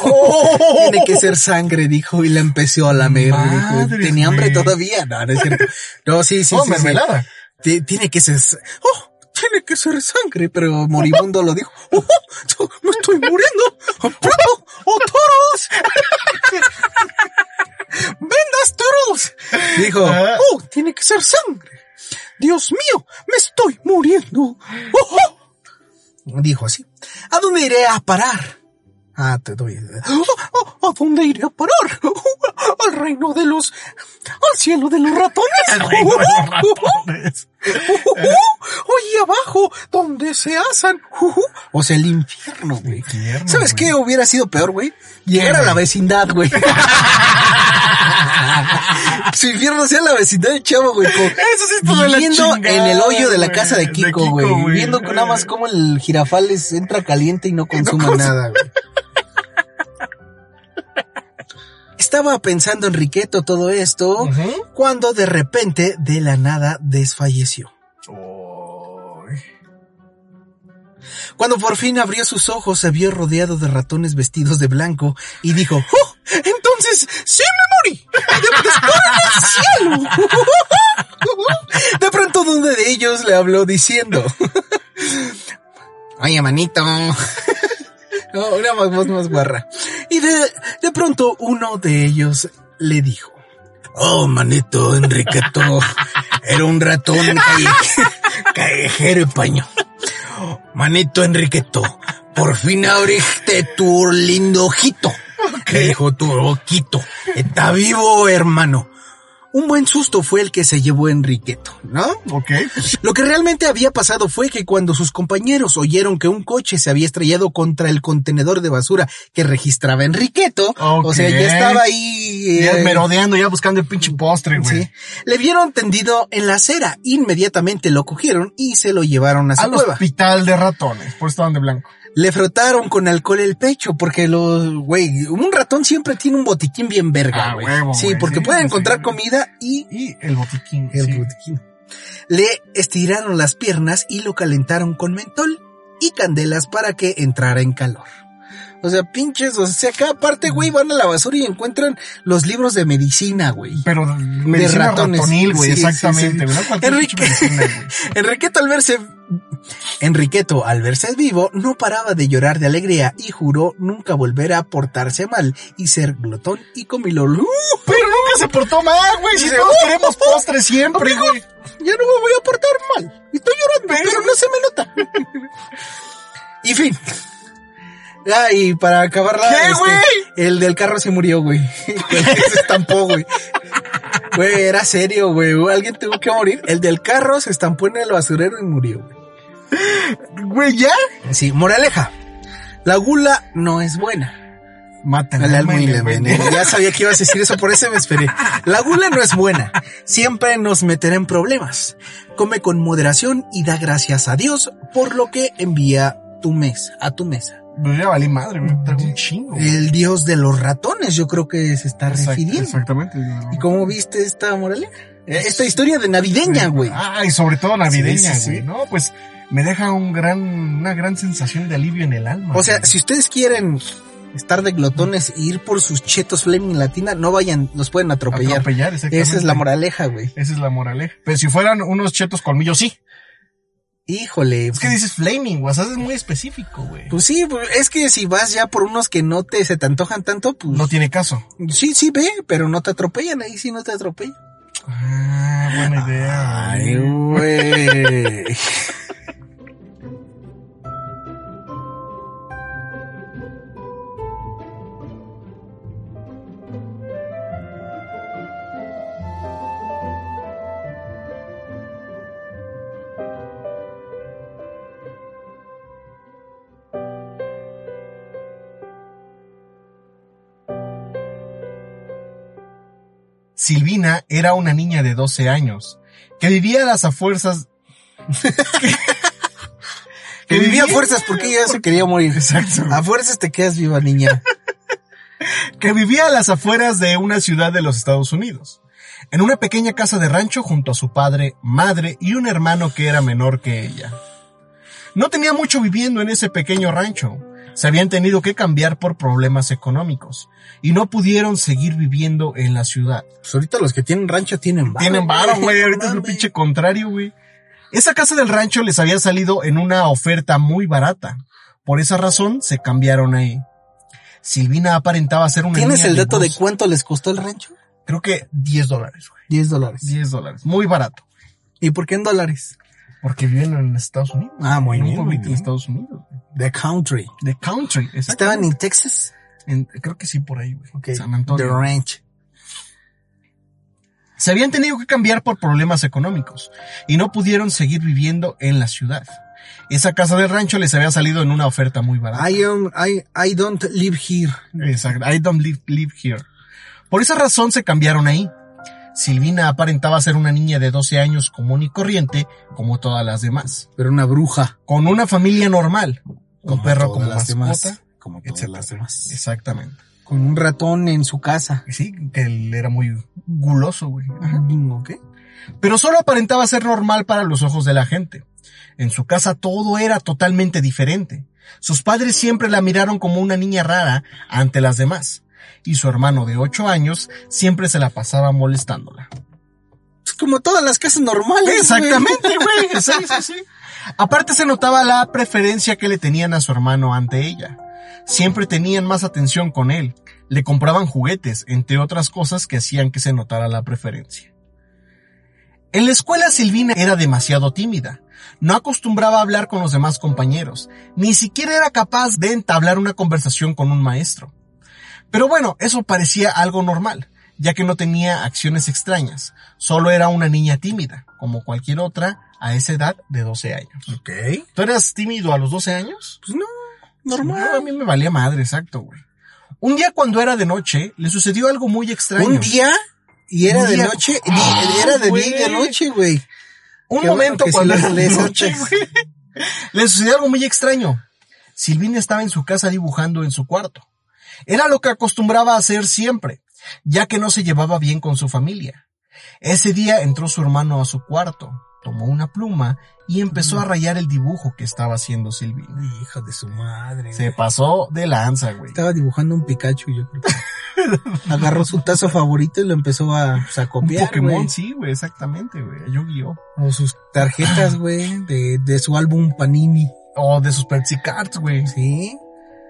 [SPEAKER 2] Tiene que ser sangre, dijo, y la empezó a lamer. dijo.
[SPEAKER 3] Madres,
[SPEAKER 2] Tenía hambre
[SPEAKER 3] güey.
[SPEAKER 2] todavía. No, no es cierto. No, sí, sí,
[SPEAKER 3] Oh,
[SPEAKER 2] sí, sí.
[SPEAKER 3] mermelada.
[SPEAKER 2] Ti- Tiene que ser. sa- Oh, tiene que ser sangre, pero moribundo lo dijo. Oh, oh, me estoy muriendo. ¡Oh, plato! ¡Oh, toros! ¡Vendas, toros! Dijo,
[SPEAKER 3] Ah.
[SPEAKER 2] oh, tiene que ser sangre. Dios mío, me estoy muriendo. ¡Oh, oh! Dijo así. ¿A dónde iré a parar? Ah, te doy. Oh, oh, ¿A dónde iré a parar? Oh, Al reino de los. Al cielo de los ratones.
[SPEAKER 3] Al reino de los ratones.
[SPEAKER 2] Oye, abajo, donde se asan. Ujú. O sea, el infierno, güey.
[SPEAKER 3] Infierno,
[SPEAKER 2] ¿Sabes
[SPEAKER 3] güey.
[SPEAKER 2] qué hubiera sido peor, güey? Llegar a la vecindad, güey. Su infierno sea la vecindad del chavo, güey. co-
[SPEAKER 3] Eso sí estuvo de la
[SPEAKER 2] Viviendo en
[SPEAKER 3] chingada,
[SPEAKER 2] el hoyo de la
[SPEAKER 3] güey.
[SPEAKER 2] casa de
[SPEAKER 3] De
[SPEAKER 2] Kiko,
[SPEAKER 3] Kiko,
[SPEAKER 2] güey.
[SPEAKER 3] güey.
[SPEAKER 2] Viendo con nada más cómo el jirafal les entra caliente y no consuma
[SPEAKER 3] cons-
[SPEAKER 2] nada, güey. Estaba pensando Enriqueto todo esto
[SPEAKER 3] Ujú.
[SPEAKER 2] cuando de repente, de la nada, desfalleció.
[SPEAKER 3] Oh,
[SPEAKER 2] Cuando por fin abrió sus ojos, se vio rodeado de ratones vestidos de blanco y dijo, ¡Oh! Entonces, sí me morí. De, disparo en el cielo. De pronto uno de ellos le habló diciendo, Oye, manito. No, una más- voz más guarra. Y de, de pronto uno de ellos le dijo, Oh, manito, Enriqueto, era un ratón calle- callejero español. Manito Enriqueto, por fin abriste tu lindo ojito. Que dijo tu ojito. Está vivo, hermano. Un buen susto fue el que se llevó Enriqueto, ¿no?
[SPEAKER 3] ok.
[SPEAKER 2] Lo que realmente había pasado fue que cuando sus compañeros oyeron que un coche se había estrellado contra el contenedor de basura que registraba Enriqueto, o
[SPEAKER 3] Ok.
[SPEAKER 2] sea, ya estaba ahí.
[SPEAKER 3] Ya
[SPEAKER 2] eh,
[SPEAKER 3] merodeando, ya buscando el pinche postre, güey.
[SPEAKER 2] sí. Le vieron tendido en la acera. Inmediatamente lo cogieron y se lo llevaron a su
[SPEAKER 3] Al
[SPEAKER 2] cueva.
[SPEAKER 3] hospital de ratones, por eso estaban de blanco.
[SPEAKER 2] Le frotaron con alcohol el pecho porque los, güey, un ratón siempre tiene un botiquín bien verga,
[SPEAKER 3] Ah,
[SPEAKER 2] güey.
[SPEAKER 3] huevo,
[SPEAKER 2] sí,
[SPEAKER 3] güey,
[SPEAKER 2] porque
[SPEAKER 3] sí,
[SPEAKER 2] puede
[SPEAKER 3] sí,
[SPEAKER 2] encontrar
[SPEAKER 3] sí.
[SPEAKER 2] comida y
[SPEAKER 3] Y el botiquín.
[SPEAKER 2] el
[SPEAKER 3] sí.
[SPEAKER 2] botiquín. Le estiraron las piernas y lo calentaron con mentol y candelas para que entrara en calor. O sea, pinches, o sea, acá aparte, güey,
[SPEAKER 3] Mm.
[SPEAKER 2] van a la basura y encuentran los libros de medicina, güey.
[SPEAKER 3] Pero medicina
[SPEAKER 2] ratones.
[SPEAKER 3] ratonil, güey,
[SPEAKER 2] Sí, sí,
[SPEAKER 3] exactamente,
[SPEAKER 2] sí.
[SPEAKER 3] güey. No cualquier
[SPEAKER 2] Enrique-
[SPEAKER 3] pinche medicina, güey.
[SPEAKER 2] Enriqueto al verse Enriqueto al verse vivo no paraba de llorar de alegría y juró nunca volver a portarse mal y ser glotón y comilón. ¡Uh!
[SPEAKER 3] Pero nunca se portó mal, güey. Si
[SPEAKER 2] Dice,
[SPEAKER 3] todos
[SPEAKER 2] "Oh,
[SPEAKER 3] queremos
[SPEAKER 2] oh, oh".
[SPEAKER 3] postre siempre, güey.
[SPEAKER 2] Ya no me voy a portar mal. Estoy llorando, pero no se me nota. y fin. Ah, y para acabarla,
[SPEAKER 3] ¿Qué, güey?
[SPEAKER 2] el del carro se murió, güey. se estampó, güey. Güey, era serio, güey. Alguien tuvo que morir. El del carro se estampó en el basurero y murió, güey.
[SPEAKER 3] Güey, ya.
[SPEAKER 2] Sí, moraleja. La gula no es buena.
[SPEAKER 3] Mata
[SPEAKER 2] Al alma y la
[SPEAKER 3] envenena.
[SPEAKER 2] envenena. Ya sabía que ibas a decir eso, por eso me esperé. La gula no es buena. Siempre nos meterá en problemas. Come con moderación y da gracias a Dios por lo que envía tu mesa, a tu mesa.
[SPEAKER 3] Yo ya valí madre, me traigo un chingo. güey.
[SPEAKER 2] El Dios de los ratones, yo creo que se está
[SPEAKER 3] Exact-
[SPEAKER 2] refiriendo.
[SPEAKER 3] Exactamente.
[SPEAKER 2] ¿Y cómo viste esta moraleja? Esta historia de navideña, güey.
[SPEAKER 3] Ah, y sobre todo navideña,
[SPEAKER 2] Sí, sí, sí.
[SPEAKER 3] güey. No, pues me deja un gran, una gran sensación de alivio en el alma.
[SPEAKER 2] O sea,
[SPEAKER 3] güey.
[SPEAKER 2] si ustedes quieren estar de glotones e ir por sus chetos Fleming Latina, no vayan, los pueden atropellar.
[SPEAKER 3] atropellar, exactamente.
[SPEAKER 2] Esa es la moraleja, güey.
[SPEAKER 3] Esa es la moraleja. Pero si fueran unos chetos colmillos, sí.
[SPEAKER 2] Híjole.
[SPEAKER 3] Es que dices flaming, güey. O sea, es muy específico, güey.
[SPEAKER 2] Pues sí, pues, es que si vas ya por unos que no te se te antojan tanto, pues
[SPEAKER 3] No tiene caso.
[SPEAKER 2] sí, sí ve, pero no te atropellan, ahí sí no te atropellan.
[SPEAKER 3] Ah, buena idea.
[SPEAKER 2] Ay,
[SPEAKER 3] güey.
[SPEAKER 2] güey.
[SPEAKER 3] Silvina era una niña de 12 años que vivía a las afuerzas.
[SPEAKER 2] Que vivía a fuerzas porque ella se quería morir.
[SPEAKER 3] Exacto.
[SPEAKER 2] A fuerzas te quedas viva, niña.
[SPEAKER 3] que vivía a las afueras de una ciudad de los Estados Unidos, en una pequeña casa de rancho junto a su padre, madre y un hermano que era menor que ella. No tenía mucho viviendo en ese pequeño rancho, se habían tenido que cambiar por problemas económicos y no pudieron seguir viviendo en la ciudad.
[SPEAKER 2] Pues ahorita los que tienen rancho tienen varo.
[SPEAKER 3] Tienen varo, güey, ahorita es lo
[SPEAKER 2] Mames.
[SPEAKER 3] pinche contrario, güey. Esa casa del rancho les había salido en una oferta muy barata. Por esa razón se cambiaron ahí. Silvina aparentaba ser una
[SPEAKER 2] ¿Tienes
[SPEAKER 3] niña
[SPEAKER 2] el dato de
[SPEAKER 3] voz
[SPEAKER 2] cuánto les costó el rancho?
[SPEAKER 3] creo que 10 dólares, güey.
[SPEAKER 2] 10 dólares.
[SPEAKER 3] 10 dólares. Muy barato.
[SPEAKER 2] ¿Y por qué en dólares?
[SPEAKER 3] Porque viven en Estados Unidos.
[SPEAKER 2] Ah, muy
[SPEAKER 3] en
[SPEAKER 2] bien,
[SPEAKER 3] un
[SPEAKER 2] muy
[SPEAKER 3] pueblito
[SPEAKER 2] bien.
[SPEAKER 3] de Estados Unidos. güey.
[SPEAKER 2] The country.
[SPEAKER 3] The country. exacto.
[SPEAKER 2] Estaban en Texas.
[SPEAKER 3] En- creo que sí, por ahí, güey.
[SPEAKER 2] Ok.
[SPEAKER 3] San Antonio.
[SPEAKER 2] The ranch.
[SPEAKER 3] Se habían tenido que cambiar por problemas económicos y no pudieron seguir viviendo en la ciudad. Esa casa del rancho les había salido en una oferta muy barata.
[SPEAKER 2] I am, I, I don't live here.
[SPEAKER 3] Exacto. I don't live, live here. Por esa razón se cambiaron ahí. Silvina aparentaba ser una niña de 12 años común y corriente, como todas las demás.
[SPEAKER 2] Pero una bruja.
[SPEAKER 3] con una familia normal, con perro como mascota,
[SPEAKER 2] las demás. Como todas
[SPEAKER 3] etcétera.
[SPEAKER 2] las demás.
[SPEAKER 3] Exactamente.
[SPEAKER 2] Con un ratón en su casa.
[SPEAKER 3] Sí, que él era muy guloso, güey.
[SPEAKER 2] Mm, ok.
[SPEAKER 3] Pero solo aparentaba ser normal para los ojos de la gente. En su casa todo era totalmente diferente. Sus padres siempre la miraron como una niña rara ante las demás. Y su hermano de 8 años siempre se la pasaba molestándola.
[SPEAKER 2] Pues como todas las casas normales. güey.
[SPEAKER 3] Exactamente, güey. Sí, sí, sí. Aparte se notaba la preferencia que le tenían a su hermano ante ella. Siempre tenían más atención con él. Le compraban juguetes, entre otras cosas que hacían que se notara la preferencia. En la escuela Silvina era demasiado tímida. No acostumbraba a hablar con los demás compañeros. Ni siquiera era capaz de entablar una conversación con un maestro. Pero bueno, eso parecía algo normal, ya que no tenía acciones extrañas. Solo era una niña tímida, como cualquier otra a esa edad de 12 años.
[SPEAKER 2] Ok.
[SPEAKER 3] ¿Tú eras tímido a los 12 años?
[SPEAKER 2] Pues no,
[SPEAKER 3] No, a
[SPEAKER 2] normal.
[SPEAKER 3] mí me valía madre, exacto, güey. Un día cuando era de noche, le sucedió algo muy extraño.
[SPEAKER 2] un día y era
[SPEAKER 3] Un
[SPEAKER 2] de
[SPEAKER 3] día.
[SPEAKER 2] noche. di-
[SPEAKER 3] Ah,
[SPEAKER 2] era de
[SPEAKER 3] güey.
[SPEAKER 2] día y de noche, güey.
[SPEAKER 3] Un
[SPEAKER 2] Qué
[SPEAKER 3] momento
[SPEAKER 2] bueno que
[SPEAKER 3] cuando
[SPEAKER 2] sí
[SPEAKER 3] era
[SPEAKER 2] las
[SPEAKER 3] de
[SPEAKER 2] lees
[SPEAKER 3] noche,
[SPEAKER 2] antes.
[SPEAKER 3] güey. Le sucedió algo muy extraño. Silvina estaba en su casa dibujando en su cuarto. Era lo que acostumbraba a hacer siempre, ya que no se llevaba bien con su familia. Ese día entró su hermano a su cuarto, tomó una pluma y
[SPEAKER 2] Mm.
[SPEAKER 3] empezó a rayar el dibujo que estaba haciendo Silvina.
[SPEAKER 2] Hijo de su madre.
[SPEAKER 3] Se pasó de lanza, güey.
[SPEAKER 2] Estaba dibujando un Pikachu, yo creo. que. Agarró su tazo favorito y lo empezó a, pues, a
[SPEAKER 3] Un
[SPEAKER 2] copiar.
[SPEAKER 3] Pokémon,
[SPEAKER 2] güey.
[SPEAKER 3] sí, güey, exactamente, güey. A Yu-Gi-Oh!
[SPEAKER 2] O sus tarjetas, güey, de, de su álbum Panini.
[SPEAKER 3] O de sus Pepsi Cards, güey.
[SPEAKER 2] Sí.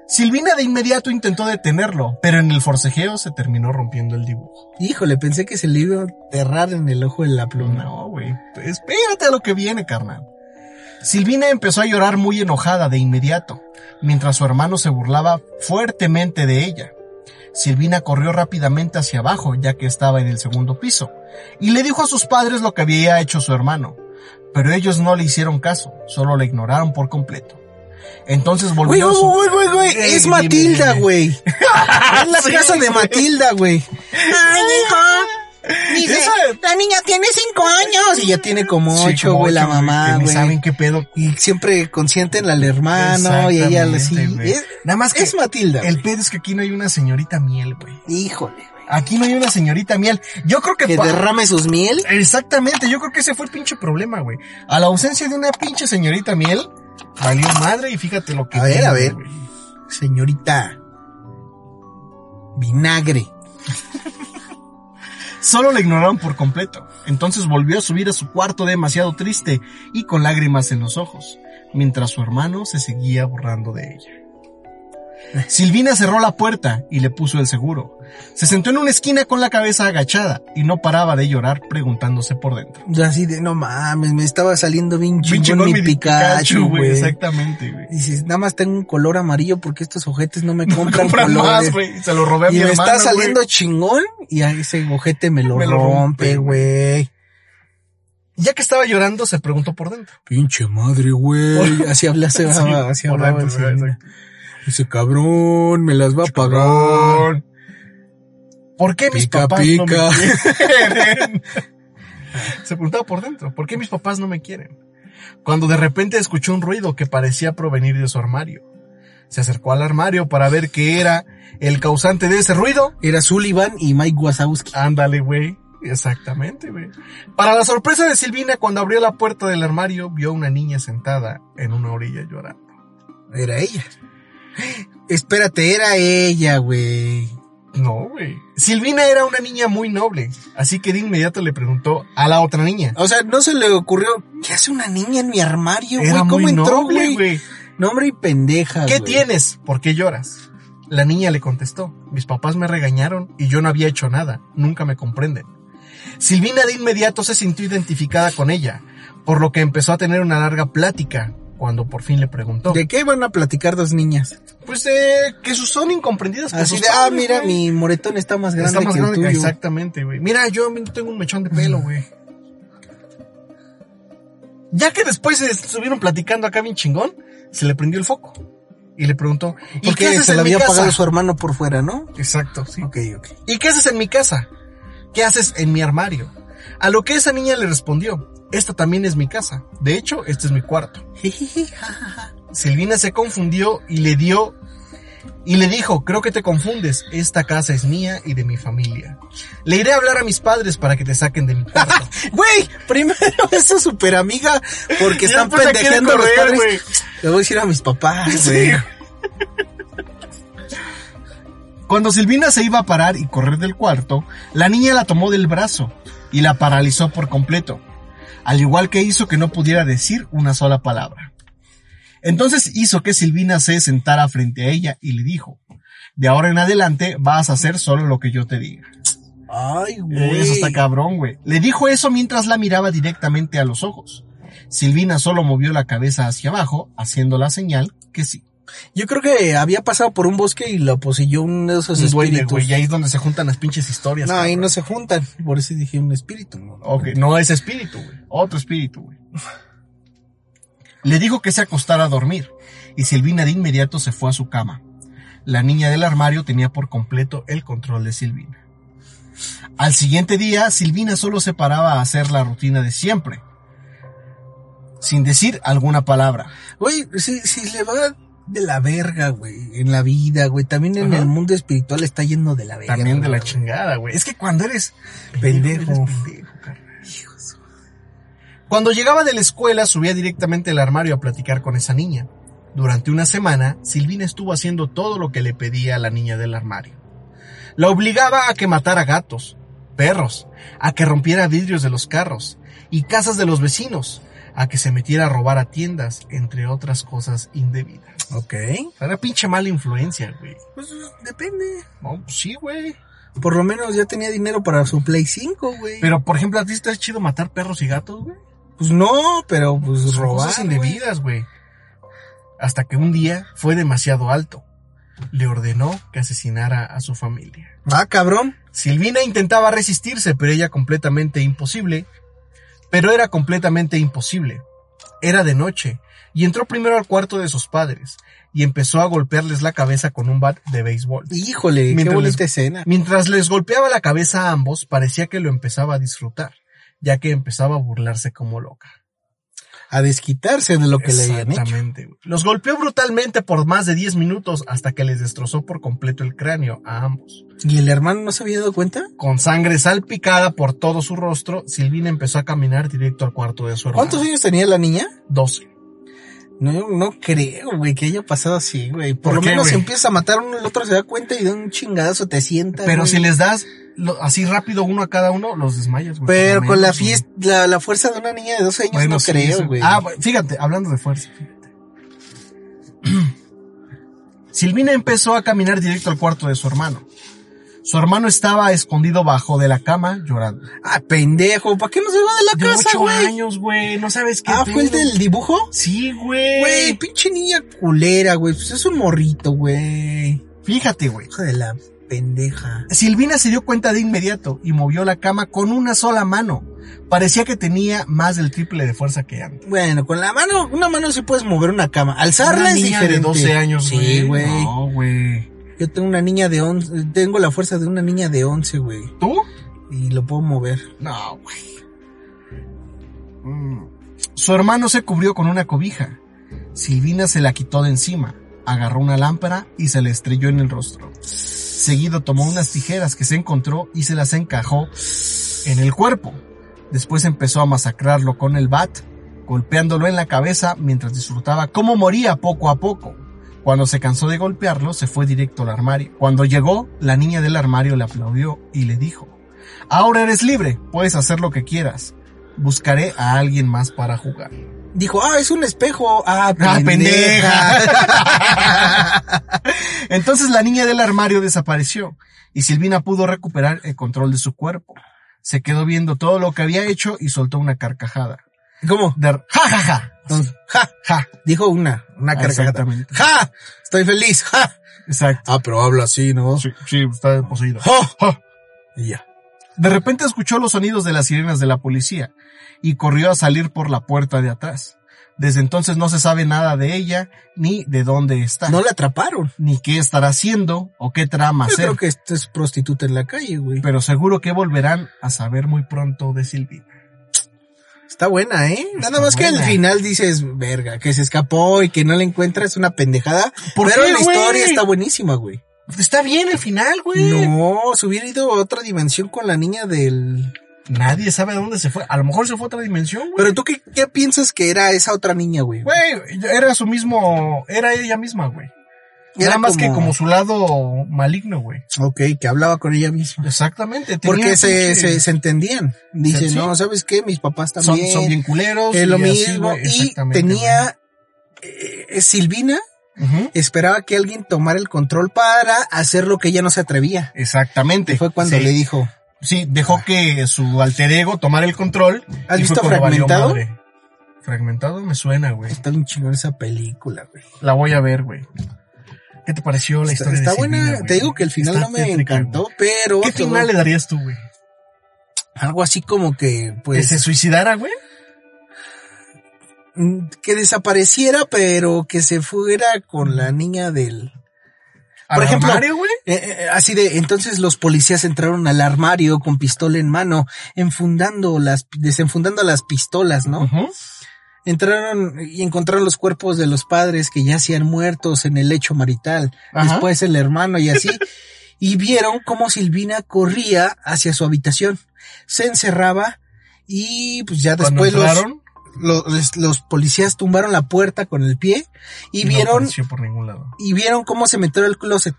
[SPEAKER 3] Silvina de inmediato intentó detenerlo, pero en el forcejeo se terminó rompiendo el dibujo.
[SPEAKER 2] Híjole, pensé que se le iba a enterrar en el ojo de la
[SPEAKER 3] Pero
[SPEAKER 2] pluma.
[SPEAKER 3] no, güey. Espérate a lo que viene, carnal. Silvina empezó a llorar muy enojada de inmediato, mientras su hermano se burlaba fuertemente de ella. Silvina corrió rápidamente hacia abajo, ya que estaba en el segundo piso, y le dijo a sus padres lo que había hecho su hermano. Pero ellos no le hicieron caso, solo la ignoraron por completo. Entonces
[SPEAKER 2] Güey,
[SPEAKER 3] volvió. a
[SPEAKER 2] güey,
[SPEAKER 3] su-
[SPEAKER 2] güey, güey, güey,
[SPEAKER 3] Ey,
[SPEAKER 2] Es
[SPEAKER 3] dime,
[SPEAKER 2] Matilda,
[SPEAKER 3] dime.
[SPEAKER 2] güey. Es la
[SPEAKER 3] Sí,
[SPEAKER 2] casa de
[SPEAKER 3] güey.
[SPEAKER 2] Matilda, güey.
[SPEAKER 3] Esa-
[SPEAKER 2] la niña tiene cinco años. Y Ah, ya tiene como
[SPEAKER 3] Sí,
[SPEAKER 2] ocho,
[SPEAKER 3] como
[SPEAKER 2] güey, la
[SPEAKER 3] ocho, que
[SPEAKER 2] mamá,
[SPEAKER 3] ni
[SPEAKER 2] güey.
[SPEAKER 3] saben qué pedo.
[SPEAKER 2] Y siempre consienten al hermano y ella le sí.
[SPEAKER 3] Exactamente, güey.
[SPEAKER 2] Es-
[SPEAKER 3] Nada más que
[SPEAKER 2] es Matilda. güey.
[SPEAKER 3] El pedo es que aquí no hay una señorita miel, güey.
[SPEAKER 2] Híjole, güey.
[SPEAKER 3] Aquí no hay una señorita miel. Yo creo que...
[SPEAKER 2] Que
[SPEAKER 3] pa-
[SPEAKER 2] derrame sus miel.
[SPEAKER 3] Exactamente, yo creo que ese fue el pinche problema, güey. A la ausencia de una pinche señorita miel, valió madre y fíjate lo que...
[SPEAKER 2] A ver,
[SPEAKER 3] tiene,
[SPEAKER 2] a ver.
[SPEAKER 3] güey.
[SPEAKER 2] Señorita. Vinagre.
[SPEAKER 3] Solo la ignoraron por completo. Entonces volvió a subir a su cuarto demasiado triste y con lágrimas en los ojos, mientras su hermano se seguía borrando de ella. Silvina cerró la puerta y le puso el seguro. Se sentó en una esquina con la cabeza agachada y no paraba de llorar preguntándose por dentro.
[SPEAKER 2] Yo Así de, no mames, me estaba saliendo bien chingón,
[SPEAKER 3] Pinche gol,
[SPEAKER 2] mi Pikachu, güey.
[SPEAKER 3] Exactamente, güey.
[SPEAKER 2] Dices, nada más tengo un color amarillo porque estos ojetes no me compran
[SPEAKER 3] Compra
[SPEAKER 2] colores.
[SPEAKER 3] más, güey. Se lo robé a
[SPEAKER 2] y
[SPEAKER 3] mi
[SPEAKER 2] me
[SPEAKER 3] hermana,
[SPEAKER 2] está
[SPEAKER 3] güey.
[SPEAKER 2] saliendo chingón y a ese ojete me lo,
[SPEAKER 3] Me lo rompe,
[SPEAKER 2] rompe, güey.
[SPEAKER 3] Ya que estaba llorando, se preguntó por dentro.
[SPEAKER 2] Pinche madre, güey. Así habla, se
[SPEAKER 3] Sí,
[SPEAKER 2] va, así
[SPEAKER 3] por
[SPEAKER 2] hablaba.
[SPEAKER 3] dentro,
[SPEAKER 2] así.
[SPEAKER 3] güey, exacto.
[SPEAKER 2] Ese cabrón me las va a pagar.
[SPEAKER 3] ¿Por qué mis
[SPEAKER 2] Pica,
[SPEAKER 3] papás no
[SPEAKER 2] pica.
[SPEAKER 3] me quieren? Se preguntaba por dentro, ¿por qué mis papás no me quieren? Cuando de repente escuchó un ruido que parecía provenir de su armario. Se acercó al armario para ver qué era el causante de ese ruido.
[SPEAKER 2] Era Sullivan y Mike Wazowski.
[SPEAKER 3] Ándale, güey. Exactamente, güey. Para la sorpresa de Silvina, cuando abrió la puerta del armario, vio a una niña sentada en una orilla llorando.
[SPEAKER 2] Era ella. Espérate, era ella, güey.
[SPEAKER 3] No, güey. Silvina era una niña muy noble, así que de inmediato le preguntó a la otra niña.
[SPEAKER 2] O sea, no se le ocurrió. ¿Qué hace una niña en mi armario, güey?
[SPEAKER 3] Era
[SPEAKER 2] ¿Cómo
[SPEAKER 3] muy
[SPEAKER 2] entró,
[SPEAKER 3] noble,
[SPEAKER 2] güey? Nombre y pendeja.
[SPEAKER 3] ¿Qué
[SPEAKER 2] güey.
[SPEAKER 3] tienes? ¿Por qué lloras? La niña le contestó, mis papás me regañaron y yo no había hecho nada, nunca me comprenden. Silvina de inmediato se sintió identificada con ella, por lo que empezó a tener una larga plática cuando por fin le preguntó.
[SPEAKER 2] ¿De qué van a platicar dos niñas?
[SPEAKER 3] Pues eh, que sus son incomprendidas. por
[SPEAKER 2] Así
[SPEAKER 3] sus
[SPEAKER 2] de, ah,
[SPEAKER 3] padres,
[SPEAKER 2] mira,
[SPEAKER 3] güey.
[SPEAKER 2] mi moretón está más grande
[SPEAKER 3] Está más
[SPEAKER 2] que
[SPEAKER 3] grande
[SPEAKER 2] el
[SPEAKER 3] que-
[SPEAKER 2] tuyo.
[SPEAKER 3] exactamente, güey. Mira, yo tengo un mechón de pelo, güey. Ya que después se estuvieron platicando acá bien chingón, se le prendió el foco. Y le preguntó, ¿y qué
[SPEAKER 2] Porque
[SPEAKER 3] haces
[SPEAKER 2] se
[SPEAKER 3] en
[SPEAKER 2] lo
[SPEAKER 3] mi
[SPEAKER 2] había
[SPEAKER 3] casa?
[SPEAKER 2] pagado su hermano por fuera, ¿no?
[SPEAKER 3] Exacto, sí.
[SPEAKER 2] Ok, ok.
[SPEAKER 3] ¿Y qué haces en mi casa? ¿Qué haces en mi armario? A lo que esa niña le respondió, esta también es mi casa. De hecho, este es mi cuarto. Silvina se confundió y le dio y le dijo, creo que te confundes, esta casa es mía y de mi familia. Le iré a hablar a mis padres para que te saquen de mi cuarto.
[SPEAKER 2] Güey, primero esa super amiga porque están
[SPEAKER 3] después la quiere
[SPEAKER 2] pendejeando a los
[SPEAKER 3] correr,
[SPEAKER 2] padres.
[SPEAKER 3] güey.
[SPEAKER 2] Le voy a decir a mis papás, güey.
[SPEAKER 3] Cuando Silvina se iba a parar y correr del cuarto, la niña la tomó del brazo y la paralizó por completo, al igual que hizo que no pudiera decir una sola palabra. Entonces hizo que Silvina se sentara frente a ella y le dijo, de ahora en adelante vas a hacer solo lo que yo te diga.
[SPEAKER 2] Ay,
[SPEAKER 3] Güey,
[SPEAKER 2] güey.
[SPEAKER 3] Eso está cabrón, güey. Le dijo eso mientras la miraba directamente a los ojos. Silvina solo movió la cabeza hacia abajo, haciendo la señal que sí.
[SPEAKER 2] Yo creo que había pasado por un bosque y lo poseyó uno de esos
[SPEAKER 3] Un duende,
[SPEAKER 2] espíritus.
[SPEAKER 3] güey, y ahí es donde se juntan las pinches historias.
[SPEAKER 2] no, ahí
[SPEAKER 3] cabrón.
[SPEAKER 2] no se juntan. Por eso dije un espíritu. ¿no?
[SPEAKER 3] Ok, no es espíritu, güey. Otro espíritu, güey. Le dijo que se acostara a dormir y Silvina de inmediato se fue a su cama. La niña del armario tenía por completo el control de Silvina. Al siguiente día, Silvina solo se paraba a hacer la rutina de siempre, sin decir alguna palabra.
[SPEAKER 2] Güey, si, si le va de la verga, güey, en la vida, güey. También en
[SPEAKER 3] Ajá.
[SPEAKER 2] el mundo espiritual está yendo de la verga.
[SPEAKER 3] También de la
[SPEAKER 2] güey.
[SPEAKER 3] chingada, güey. Es que cuando eres
[SPEAKER 2] Pendejo.
[SPEAKER 3] eres pendejo, carnal. Cuando llegaba de la escuela, subía directamente al armario a platicar con esa niña. Durante una semana, Silvina estuvo haciendo todo lo que le pedía a la niña del armario. La obligaba a que matara gatos, perros, a que rompiera vidrios de los carros y casas de los vecinos, a que se metiera a robar a tiendas, entre otras cosas indebidas.
[SPEAKER 2] Ok.
[SPEAKER 3] Era pinche mala influencia, güey.
[SPEAKER 2] Pues depende.
[SPEAKER 3] No, pues sí, güey.
[SPEAKER 2] Por lo menos ya tenía dinero para su Play 5, güey.
[SPEAKER 3] Pero, por ejemplo, ¿a ti está chido matar perros y gatos, güey?
[SPEAKER 2] pues no, pero pues
[SPEAKER 3] Son
[SPEAKER 2] robar.
[SPEAKER 3] cosas
[SPEAKER 2] güey.
[SPEAKER 3] indebidas, güey. Hasta que un día fue demasiado alto. Le ordenó que asesinara a su familia.
[SPEAKER 2] Ah, cabrón.
[SPEAKER 3] Silvina intentaba resistirse, pero ella completamente imposible. Pero era completamente imposible. Era de noche, y entró primero al cuarto de sus padres, y empezó a golpearles la cabeza con un bat de béisbol.
[SPEAKER 2] Híjole, qué
[SPEAKER 3] Mientras
[SPEAKER 2] bonita
[SPEAKER 3] les-
[SPEAKER 2] escena.
[SPEAKER 3] Mientras les golpeaba la cabeza a ambos, parecía que lo empezaba a disfrutar, ya que empezaba a burlarse como loca.
[SPEAKER 2] A desquitarse de lo que le habían hecho.
[SPEAKER 3] Exactamente. güey. Los golpeó brutalmente por más de 10 minutos hasta que les destrozó por completo el cráneo a ambos.
[SPEAKER 2] ¿Y el hermano no se había dado cuenta?
[SPEAKER 3] Con sangre salpicada por todo su rostro, Silvina empezó a caminar directo al cuarto de su hermano.
[SPEAKER 2] ¿Cuántos años tenía la niña?
[SPEAKER 3] 12.
[SPEAKER 2] No, no creo, güey, que haya pasado así, güey. Por,
[SPEAKER 3] ¿Por
[SPEAKER 2] lo
[SPEAKER 3] qué,
[SPEAKER 2] menos
[SPEAKER 3] güey?
[SPEAKER 2] empieza a matar uno, el otro se da cuenta y de un chingadazo te sienta.
[SPEAKER 3] Pero
[SPEAKER 2] güey.
[SPEAKER 3] si les das lo- así rápido uno a cada uno, los desmayas. güey.
[SPEAKER 2] Pero
[SPEAKER 3] Por lo
[SPEAKER 2] con la
[SPEAKER 3] menos, güey.
[SPEAKER 2] fiesta, la, la fuerza de una niña de 12 años
[SPEAKER 3] Bueno,
[SPEAKER 2] no
[SPEAKER 3] sí,
[SPEAKER 2] creo,
[SPEAKER 3] eso.
[SPEAKER 2] güey.
[SPEAKER 3] Ah, bueno, fíjate, hablando de fuerza. fíjate. Silvina empezó a caminar directo al cuarto de su hermano. Su hermano estaba escondido bajo de la cama llorando.
[SPEAKER 2] Ah, pendejo, ¿para qué no se va de la
[SPEAKER 3] De
[SPEAKER 2] casa,
[SPEAKER 3] ocho
[SPEAKER 2] güey?
[SPEAKER 3] años, güey. No sabes qué.
[SPEAKER 2] Ah, ¿fue el
[SPEAKER 3] pedo.
[SPEAKER 2] del dibujo?
[SPEAKER 3] Sí, güey.
[SPEAKER 2] Güey, pinche niña culera, güey. Pues es un morrito, güey.
[SPEAKER 3] Fíjate, güey.
[SPEAKER 2] Hijo de la pendeja.
[SPEAKER 3] Silvina se dio cuenta de inmediato y movió la cama con una sola mano. Parecía que tenía más del triple de fuerza que antes.
[SPEAKER 2] Bueno, con la mano, una mano sí puedes mover una cama. Alzarla
[SPEAKER 3] Una
[SPEAKER 2] es
[SPEAKER 3] niña
[SPEAKER 2] diferente.
[SPEAKER 3] de 12 años, güey.
[SPEAKER 2] Sí, güey.
[SPEAKER 3] No, güey.
[SPEAKER 2] Yo tengo una niña de 11, tengo la fuerza de una niña de 11, güey.
[SPEAKER 3] ¿Tú?
[SPEAKER 2] Y lo puedo mover.
[SPEAKER 3] No, güey. Mm. Su hermano se cubrió con una cobija. Silvina se la quitó de encima, agarró una lámpara y se la estrelló en el rostro. Seguido tomó unas tijeras que se encontró y se las encajó en el cuerpo. Después empezó a masacrarlo con el bat, golpeándolo en la cabeza mientras disfrutaba cómo moría poco a poco. Cuando se cansó de golpearlo, se fue directo al armario. Cuando llegó, la niña del armario le aplaudió y le dijo, Ahora eres libre, puedes hacer lo que quieras. Buscaré a alguien más para jugar.
[SPEAKER 2] Dijo, ah, es un espejo. Ah, pendeja.
[SPEAKER 3] ¡Ah, pendeja! Entonces la niña del armario desapareció y Silvina pudo recuperar el control de su cuerpo. Se quedó viendo todo lo que había hecho y soltó una carcajada.
[SPEAKER 2] ¿Cómo?
[SPEAKER 3] De r- ¡Ja, ja, ja!
[SPEAKER 2] Entonces, ja,
[SPEAKER 3] ¡Ja!
[SPEAKER 2] dijo una, una carcajada.
[SPEAKER 3] Exactamente.
[SPEAKER 2] ¡Ja! Estoy feliz, ja.
[SPEAKER 3] Exacto.
[SPEAKER 2] Ah, pero habla así, ¿no?
[SPEAKER 3] Sí, sí, está poseído.
[SPEAKER 2] ¡Ja!
[SPEAKER 3] ¡Ja!
[SPEAKER 2] Y ya.
[SPEAKER 3] De repente escuchó los sonidos de las sirenas de la policía y corrió a salir por la puerta de atrás. Desde entonces no se sabe nada de ella ni de dónde está,
[SPEAKER 2] No la atraparon.
[SPEAKER 3] ni qué estará haciendo o qué trama
[SPEAKER 2] Yo creo
[SPEAKER 3] hacer.
[SPEAKER 2] que esta es prostituta en la calle, güey.
[SPEAKER 3] Pero seguro que volverán a saber muy pronto de Silvina.
[SPEAKER 2] Está buena, ¿eh? Nada
[SPEAKER 3] Está
[SPEAKER 2] más que al
[SPEAKER 3] buena.
[SPEAKER 2] final dices, verga, que se escapó y que no la encuentras una pendejada.
[SPEAKER 3] ¿Por
[SPEAKER 2] pero
[SPEAKER 3] qué,
[SPEAKER 2] la
[SPEAKER 3] güey?
[SPEAKER 2] historia está buenísima, güey.
[SPEAKER 3] Está bien el final,
[SPEAKER 2] No, se hubiera ido a otra dimensión con la niña del...
[SPEAKER 3] Nadie sabe dónde se fue. A lo mejor se fue a otra dimensión, güey.
[SPEAKER 2] Pero tú qué, qué piensas que era esa otra niña, güey.
[SPEAKER 3] Güey, era su mismo, era ella misma, güey.
[SPEAKER 2] Era
[SPEAKER 3] Nada más que como su lado maligno, güey.
[SPEAKER 2] Ok, que hablaba con ella misma.
[SPEAKER 3] Exactamente.
[SPEAKER 2] Porque
[SPEAKER 3] tenía
[SPEAKER 2] se,
[SPEAKER 3] pinche-
[SPEAKER 2] se, se entendían. Dice,
[SPEAKER 3] Sí.
[SPEAKER 2] no, ¿sabes qué? Mis papás
[SPEAKER 3] son,
[SPEAKER 2] también.
[SPEAKER 3] son bien culeros.
[SPEAKER 2] Es lo
[SPEAKER 3] y así,
[SPEAKER 2] mismo.
[SPEAKER 3] güey,
[SPEAKER 2] y
[SPEAKER 3] exactamente,
[SPEAKER 2] tenía... eh, Silvina
[SPEAKER 3] güey. Ujú,
[SPEAKER 2] esperaba que alguien tomara el control para hacer lo que ella no se atrevía.
[SPEAKER 3] Exactamente.
[SPEAKER 2] Que fue cuando
[SPEAKER 3] Sí,
[SPEAKER 2] le dijo,
[SPEAKER 3] Sí, dejó que su alter ego tomara el control.
[SPEAKER 2] ¿Has
[SPEAKER 3] y fue
[SPEAKER 2] visto
[SPEAKER 3] cuando valió
[SPEAKER 2] Fragmentado?
[SPEAKER 3] madre. Fragmentado me suena, güey.
[SPEAKER 2] está bien chingón esa película, güey.
[SPEAKER 3] La voy a ver, güey. ¿Qué te pareció la
[SPEAKER 2] Está,
[SPEAKER 3] historia? de
[SPEAKER 2] está
[SPEAKER 3] Silvina,
[SPEAKER 2] buena,
[SPEAKER 3] güey?
[SPEAKER 2] te digo que el final
[SPEAKER 3] Está
[SPEAKER 2] no me
[SPEAKER 3] tétrica,
[SPEAKER 2] encantó,
[SPEAKER 3] güey.
[SPEAKER 2] pero
[SPEAKER 3] ¿Qué
[SPEAKER 2] todo-
[SPEAKER 3] final le darías tú, güey?
[SPEAKER 2] algo así como que,
[SPEAKER 3] ¿Que
[SPEAKER 2] pues,
[SPEAKER 3] se suicidara, güey?
[SPEAKER 2] mm, que desapareciera, pero que se fuera con la niña del...
[SPEAKER 3] ¿Al
[SPEAKER 2] Por ejemplo,
[SPEAKER 3] armario, güey?
[SPEAKER 2] Eh, eh, así de, entonces los policías entraron al armario con pistola en mano, enfundando las, desenfundando las pistolas, ¿no?
[SPEAKER 3] Ujú.
[SPEAKER 2] Entraron y encontraron los cuerpos de los padres que ya se han muertos en el lecho marital,
[SPEAKER 3] Ajá.
[SPEAKER 2] después el hermano y así, y vieron cómo Silvina corría hacia su habitación, se encerraba y pues ya
[SPEAKER 3] Cuando
[SPEAKER 2] después los,
[SPEAKER 3] entraron,
[SPEAKER 2] los, los policías tumbaron la puerta con el pie y
[SPEAKER 3] no
[SPEAKER 2] vieron
[SPEAKER 3] apareció por ningún lado.
[SPEAKER 2] y vieron cómo se metió al closet.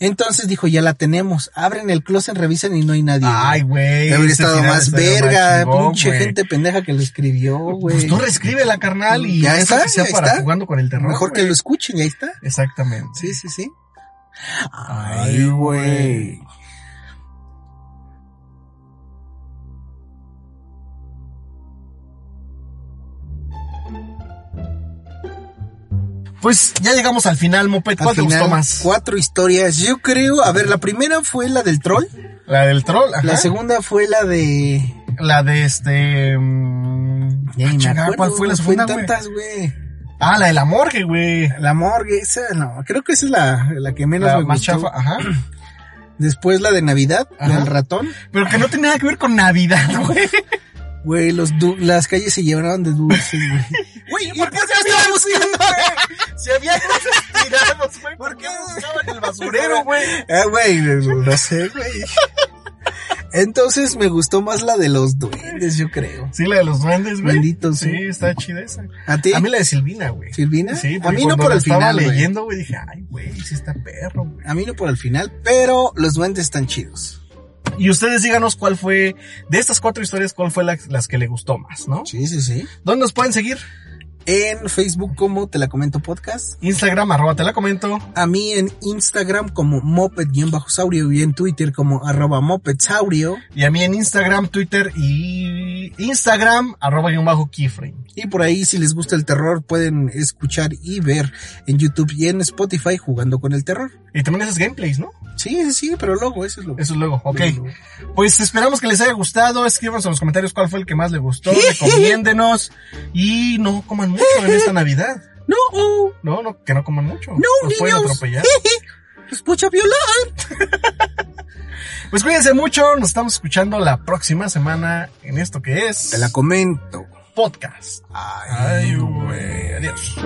[SPEAKER 2] Entonces dijo, ya la tenemos. Abren el closet, revisan y no hay nadie.
[SPEAKER 3] Ay, güey.
[SPEAKER 2] güey. Habría
[SPEAKER 3] ese
[SPEAKER 2] estado
[SPEAKER 3] final
[SPEAKER 2] Este más
[SPEAKER 3] estaría más
[SPEAKER 2] verga,
[SPEAKER 3] chingón,
[SPEAKER 2] pinche
[SPEAKER 3] güey.
[SPEAKER 2] gente pendeja que lo escribió, güey.
[SPEAKER 3] Pues tú reescríbela, carnal, y
[SPEAKER 2] Ya
[SPEAKER 3] eso
[SPEAKER 2] está,
[SPEAKER 3] que sea
[SPEAKER 2] ya
[SPEAKER 3] para
[SPEAKER 2] está.
[SPEAKER 3] jugando con el terror.
[SPEAKER 2] Mejor que
[SPEAKER 3] güey.
[SPEAKER 2] lo escuchen, y ahí está.
[SPEAKER 3] Exactamente.
[SPEAKER 2] Sí, sí, sí.
[SPEAKER 3] Ay, güey. Pues ya llegamos al final, Moped. ¿Cuál
[SPEAKER 2] Al
[SPEAKER 3] te
[SPEAKER 2] final,
[SPEAKER 3] gustó más?
[SPEAKER 2] Cuatro historias. Yo creo, a ver, la primera fue la del troll.
[SPEAKER 3] La del troll. ajá.
[SPEAKER 2] La segunda fue la de
[SPEAKER 3] La de este. mm,
[SPEAKER 2] Ya ni me
[SPEAKER 3] chingada,
[SPEAKER 2] acuerdo,
[SPEAKER 3] ¿cuál fue la
[SPEAKER 2] güey,
[SPEAKER 3] segunda,
[SPEAKER 2] en
[SPEAKER 3] güey?
[SPEAKER 2] tantas, güey.
[SPEAKER 3] Ah, la de la morgue, güey.
[SPEAKER 2] La morgue, esa no. Creo que esa es la, la que menos
[SPEAKER 3] La
[SPEAKER 2] me
[SPEAKER 3] más
[SPEAKER 2] gustó.
[SPEAKER 3] chafa, ajá.
[SPEAKER 2] Después la de Navidad,
[SPEAKER 3] Ajá.
[SPEAKER 2] la del ratón.
[SPEAKER 3] Pero que no tiene nada que ver con Navidad, güey.
[SPEAKER 2] Güey, los du- las calles se llenaron de dulces, güey.
[SPEAKER 3] Güey, ¿por qué se estaba buscando, güey? Se había cosas tiradas, güey. ¿Por qué buscaban el basurero, güey?
[SPEAKER 2] Ah, güey, no sé, güey. Entonces me gustó más la de los duendes, yo creo.
[SPEAKER 3] Sí, la de los duendes, güey.
[SPEAKER 2] Bendito, sí.
[SPEAKER 3] Sí, está chida esa.
[SPEAKER 2] ¿A ti?
[SPEAKER 3] A mí la de Silvina, güey.
[SPEAKER 2] ¿Silvina?
[SPEAKER 3] Sí,
[SPEAKER 2] a
[SPEAKER 3] porque
[SPEAKER 2] mí no
[SPEAKER 3] cuando
[SPEAKER 2] por
[SPEAKER 3] la
[SPEAKER 2] el
[SPEAKER 3] estaba
[SPEAKER 2] final, güey.
[SPEAKER 3] leyendo, güey, dije, ay, güey, sí está perro, güey.
[SPEAKER 2] A mí no por el final, pero los duendes están chidos.
[SPEAKER 3] Y ustedes díganos cuál fue, de estas cuatro historias, cuál fue la- las que le gustó más, ¿no?
[SPEAKER 2] Sí, sí, sí.
[SPEAKER 3] ¿Dónde nos pueden seguir?
[SPEAKER 2] En Facebook como Te la Comento Podcast.
[SPEAKER 3] Instagram, arroba, te la comento.
[SPEAKER 2] A mí en Instagram como Moped-Saurio y en Twitter como arroba Moped-Saurio.
[SPEAKER 3] Y a mí en Instagram, Twitter y Instagram, arroba guión bajo keyframe.
[SPEAKER 2] Y por ahí, si les gusta el terror, pueden escuchar y ver en YouTube y en Spotify jugando con el terror.
[SPEAKER 3] Y también haces gameplays, ¿no?
[SPEAKER 2] Sí, sí, sí, pero luego, eso es lo
[SPEAKER 3] Eso es luego, ok.
[SPEAKER 2] Luego.
[SPEAKER 3] Pues esperamos que les haya gustado. Escríbanos en los comentarios cuál fue el que más les gustó. Recomiéndenos. Y no coman mucho en esta Navidad.
[SPEAKER 2] No, oh,
[SPEAKER 3] No, no, que no coman mucho.
[SPEAKER 2] no,
[SPEAKER 3] Nos pueden
[SPEAKER 2] niños.
[SPEAKER 3] atropellar.
[SPEAKER 2] Los pucha violar.
[SPEAKER 3] Pues cuídense mucho. Nos estamos escuchando la próxima semana en esto que es
[SPEAKER 2] Te la comento.
[SPEAKER 3] podcast. Ay, güey. Adiós.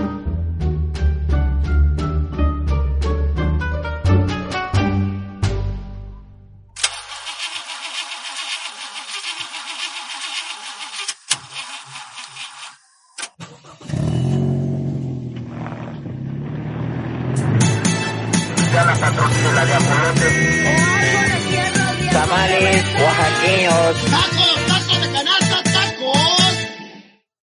[SPEAKER 1] tamales oaxaqueños.
[SPEAKER 4] ¡Tacos!